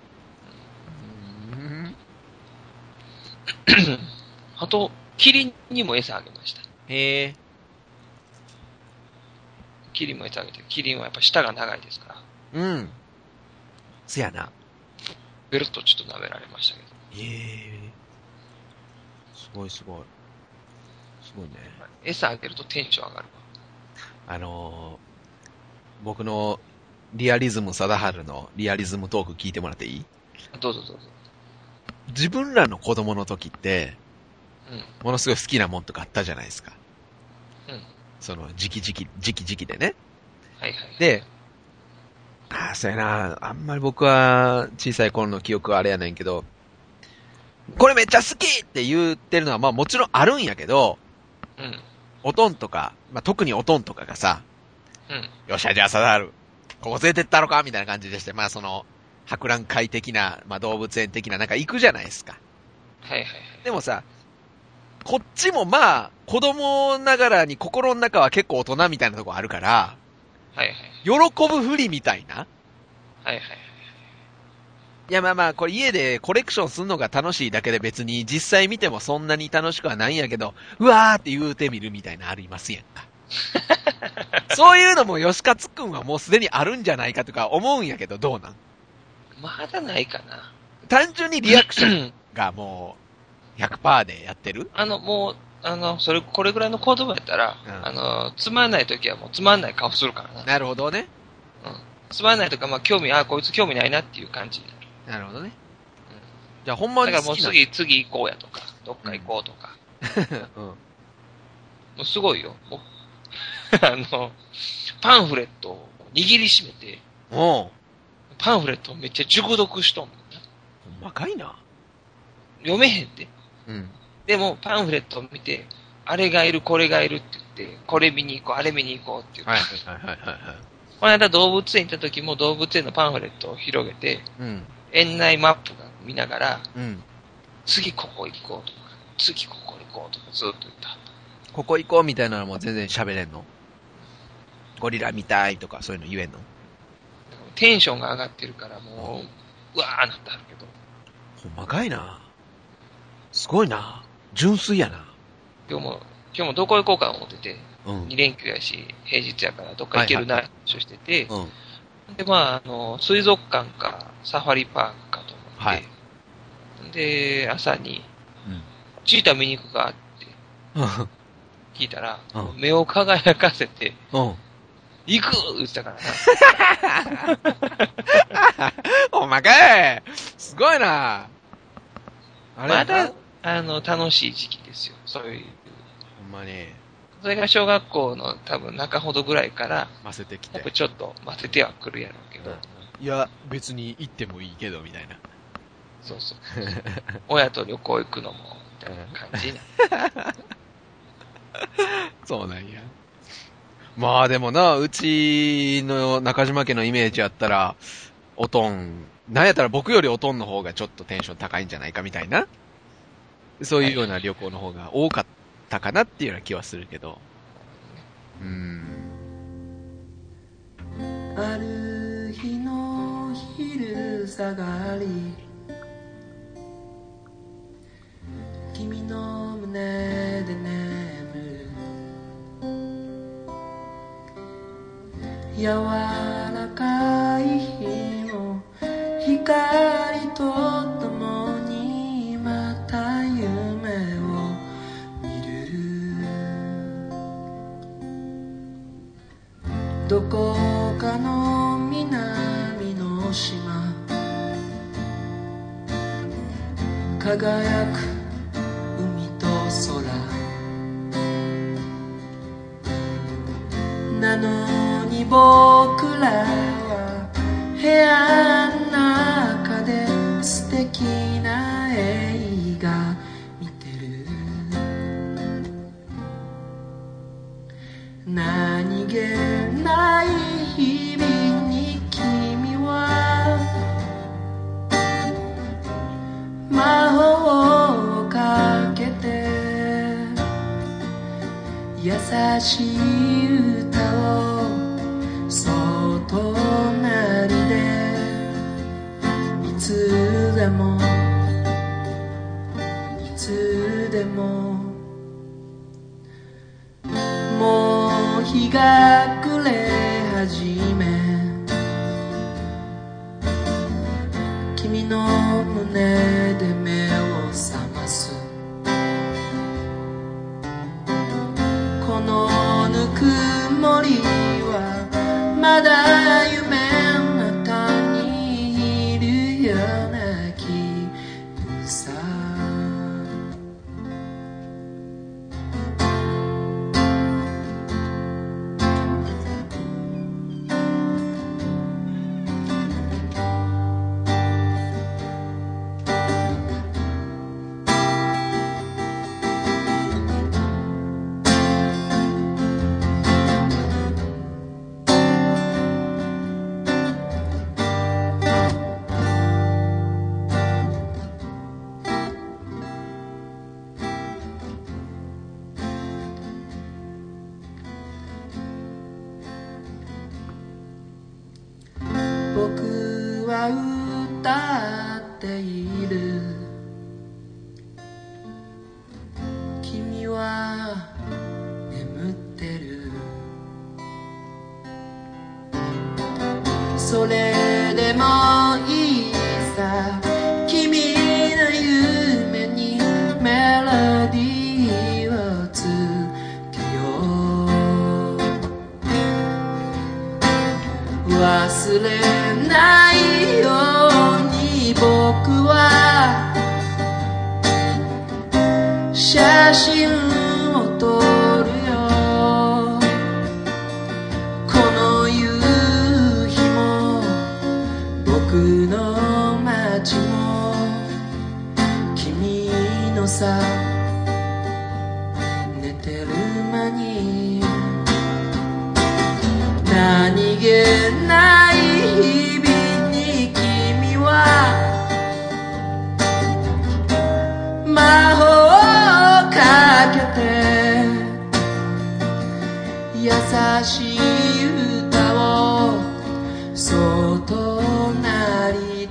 あと、キリンにも餌あげました。
へえ。
キリンも餌あげて、キリンはやっぱ舌が長いですから、
うん。せやな。
ベルトちょっと舐められましたけど。
へえ。すごいすごい。すごいね。
餌あげるとテンション上がるわ。
あのー僕のリアリズム貞治のリアリズムトーク聞いてもらっていい
どうぞどうぞ。
自分らの子供の時って、
うん。
ものすごい好きなもんとかあったじゃないですか。
うん。
その、時期時期、時期時期でね。
はいはい。
で、ああ、そうやな、あんまり僕は小さい頃の記憶はあれやねんけど、これめっちゃ好きって言ってるのは、まあもちろんあるんやけど、
うん。うん。
おとんとか、まあ特におとんとかがさ、よっしゃ、じゃあ、サダール、ここ連れてったろかみたいな感じでして、まあ、その、博覧会的な、まあ、動物園的な、なんか行くじゃないですか。
はいはいはい。
でもさ、こっちもまあ、子供ながらに心の中は結構大人みたいなとこあるから、
はいはい。
喜ぶふりみたいな。
はいはい。
いやまあまあ、これ家でコレクションするのが楽しいだけで別に実際見てもそんなに楽しくはないんやけど、うわーって言うてみるみたいなありますやん
[LAUGHS]
か。そういうのも吉勝くんはもうすでにあるんじゃないかとか思うんやけど、どうなん
まだないかな。 [CLEARS THROAT]
単純にリアクション
ン。
がもう100%でやってる
あの、もう、あの、それ、これぐらいの言葉やったら、
うん
あの、つまんない時はもうつまんない顔するからな。
なるほどね。
つまんないとか、まあ、興味、ああ、こいつ興味ないなっていう感じになる。
なるほどね。じゃあほんま
だ
に
から
好
もう
きな
次、次行こうやとか、どっか行こうとか。
[LAUGHS] うん
もうすごいよ。もう [LAUGHS] あの、パンフレットを握りしめて、
おう
パンフレットをめっちゃ熟読しとんもんな。
ほんまかいな。
読めへんって。
うん。
でも、パンフレットを見て、あれがいる、これがいるって言って、これ見に行こう、あれ見に行こうって言って、
はいはいはいはいはい。
この間動物園行った時も動物園のパンフレットを広げて、
うん。
園内マップが見ながら、
うん。
次ここ行こうとか、次ここ行こうとかずっと言った。
ここ行こうみたいなのも全然喋れんのゴリラ見たいとかそういうの言えんの
テンションが上がってるからもう、うわーなってはるけど。
ほんまかいな。すごいな。純粋やな。
今日も、今日もどこ行こうか思ってて、
うん。うん
2。連休やし、平日やからどっか行けるな、
はい
話をしてて、で、まあ、あの、水族館か、サファリパークかと思って、
はい
で、朝に
うん、
チーター見に行くかって聞いたら、
うん
目を輝かせて、
[LAUGHS] うん。
行く言ってたからな。
ほんまかいすごいな。あれ
まだ、あの、楽しい時期ですよ。そういう。
ほんまに、
それが小学校の多分中ほどぐらいから、
ませてき
やっぱ。ちょっと待ててはくるやろうけど、
いや、別に行ってもいいけど、みたいな。
そうそう。親と旅行行くのも、みたいな感じになる。
[LAUGHS] そうなんや。まあでもな、うちの中島家のイメージやったら、おとん、なんやったら僕よりおとんの方がちょっとテンション高いんじゃないかみたいな。そういうような旅行の方が多かったかなっていうような気はするけど。うーん。
ある日の昼下がり君の胸で眠る柔らかい日を光と共にまた夢を見るどこかの南の島輝く海と空なのに僕らは部屋の中で素敵な映画見てる何気ない日々に君は魔法をかけて優しい歌をそっと鳴りでいつでもいつでももう日が暮れ始め君の胸で目を覚ますこのぬくもり僕は歌っている君は眠ってるそれでもいいさ君の夢にメロディーをつけよう忘れないように僕は写真を撮るよこの夕日も僕の街も君のさ寝てる間に何気ない日々に君は魔法をかけて優しい歌をそっと鳴り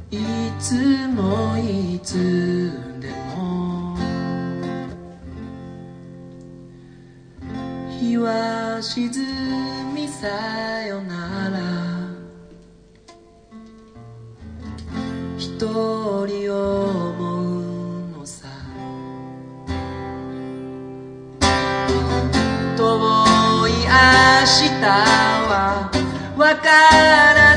でいつもいつでも日は沈みさよなら一人を思うのさ遠い明日はわから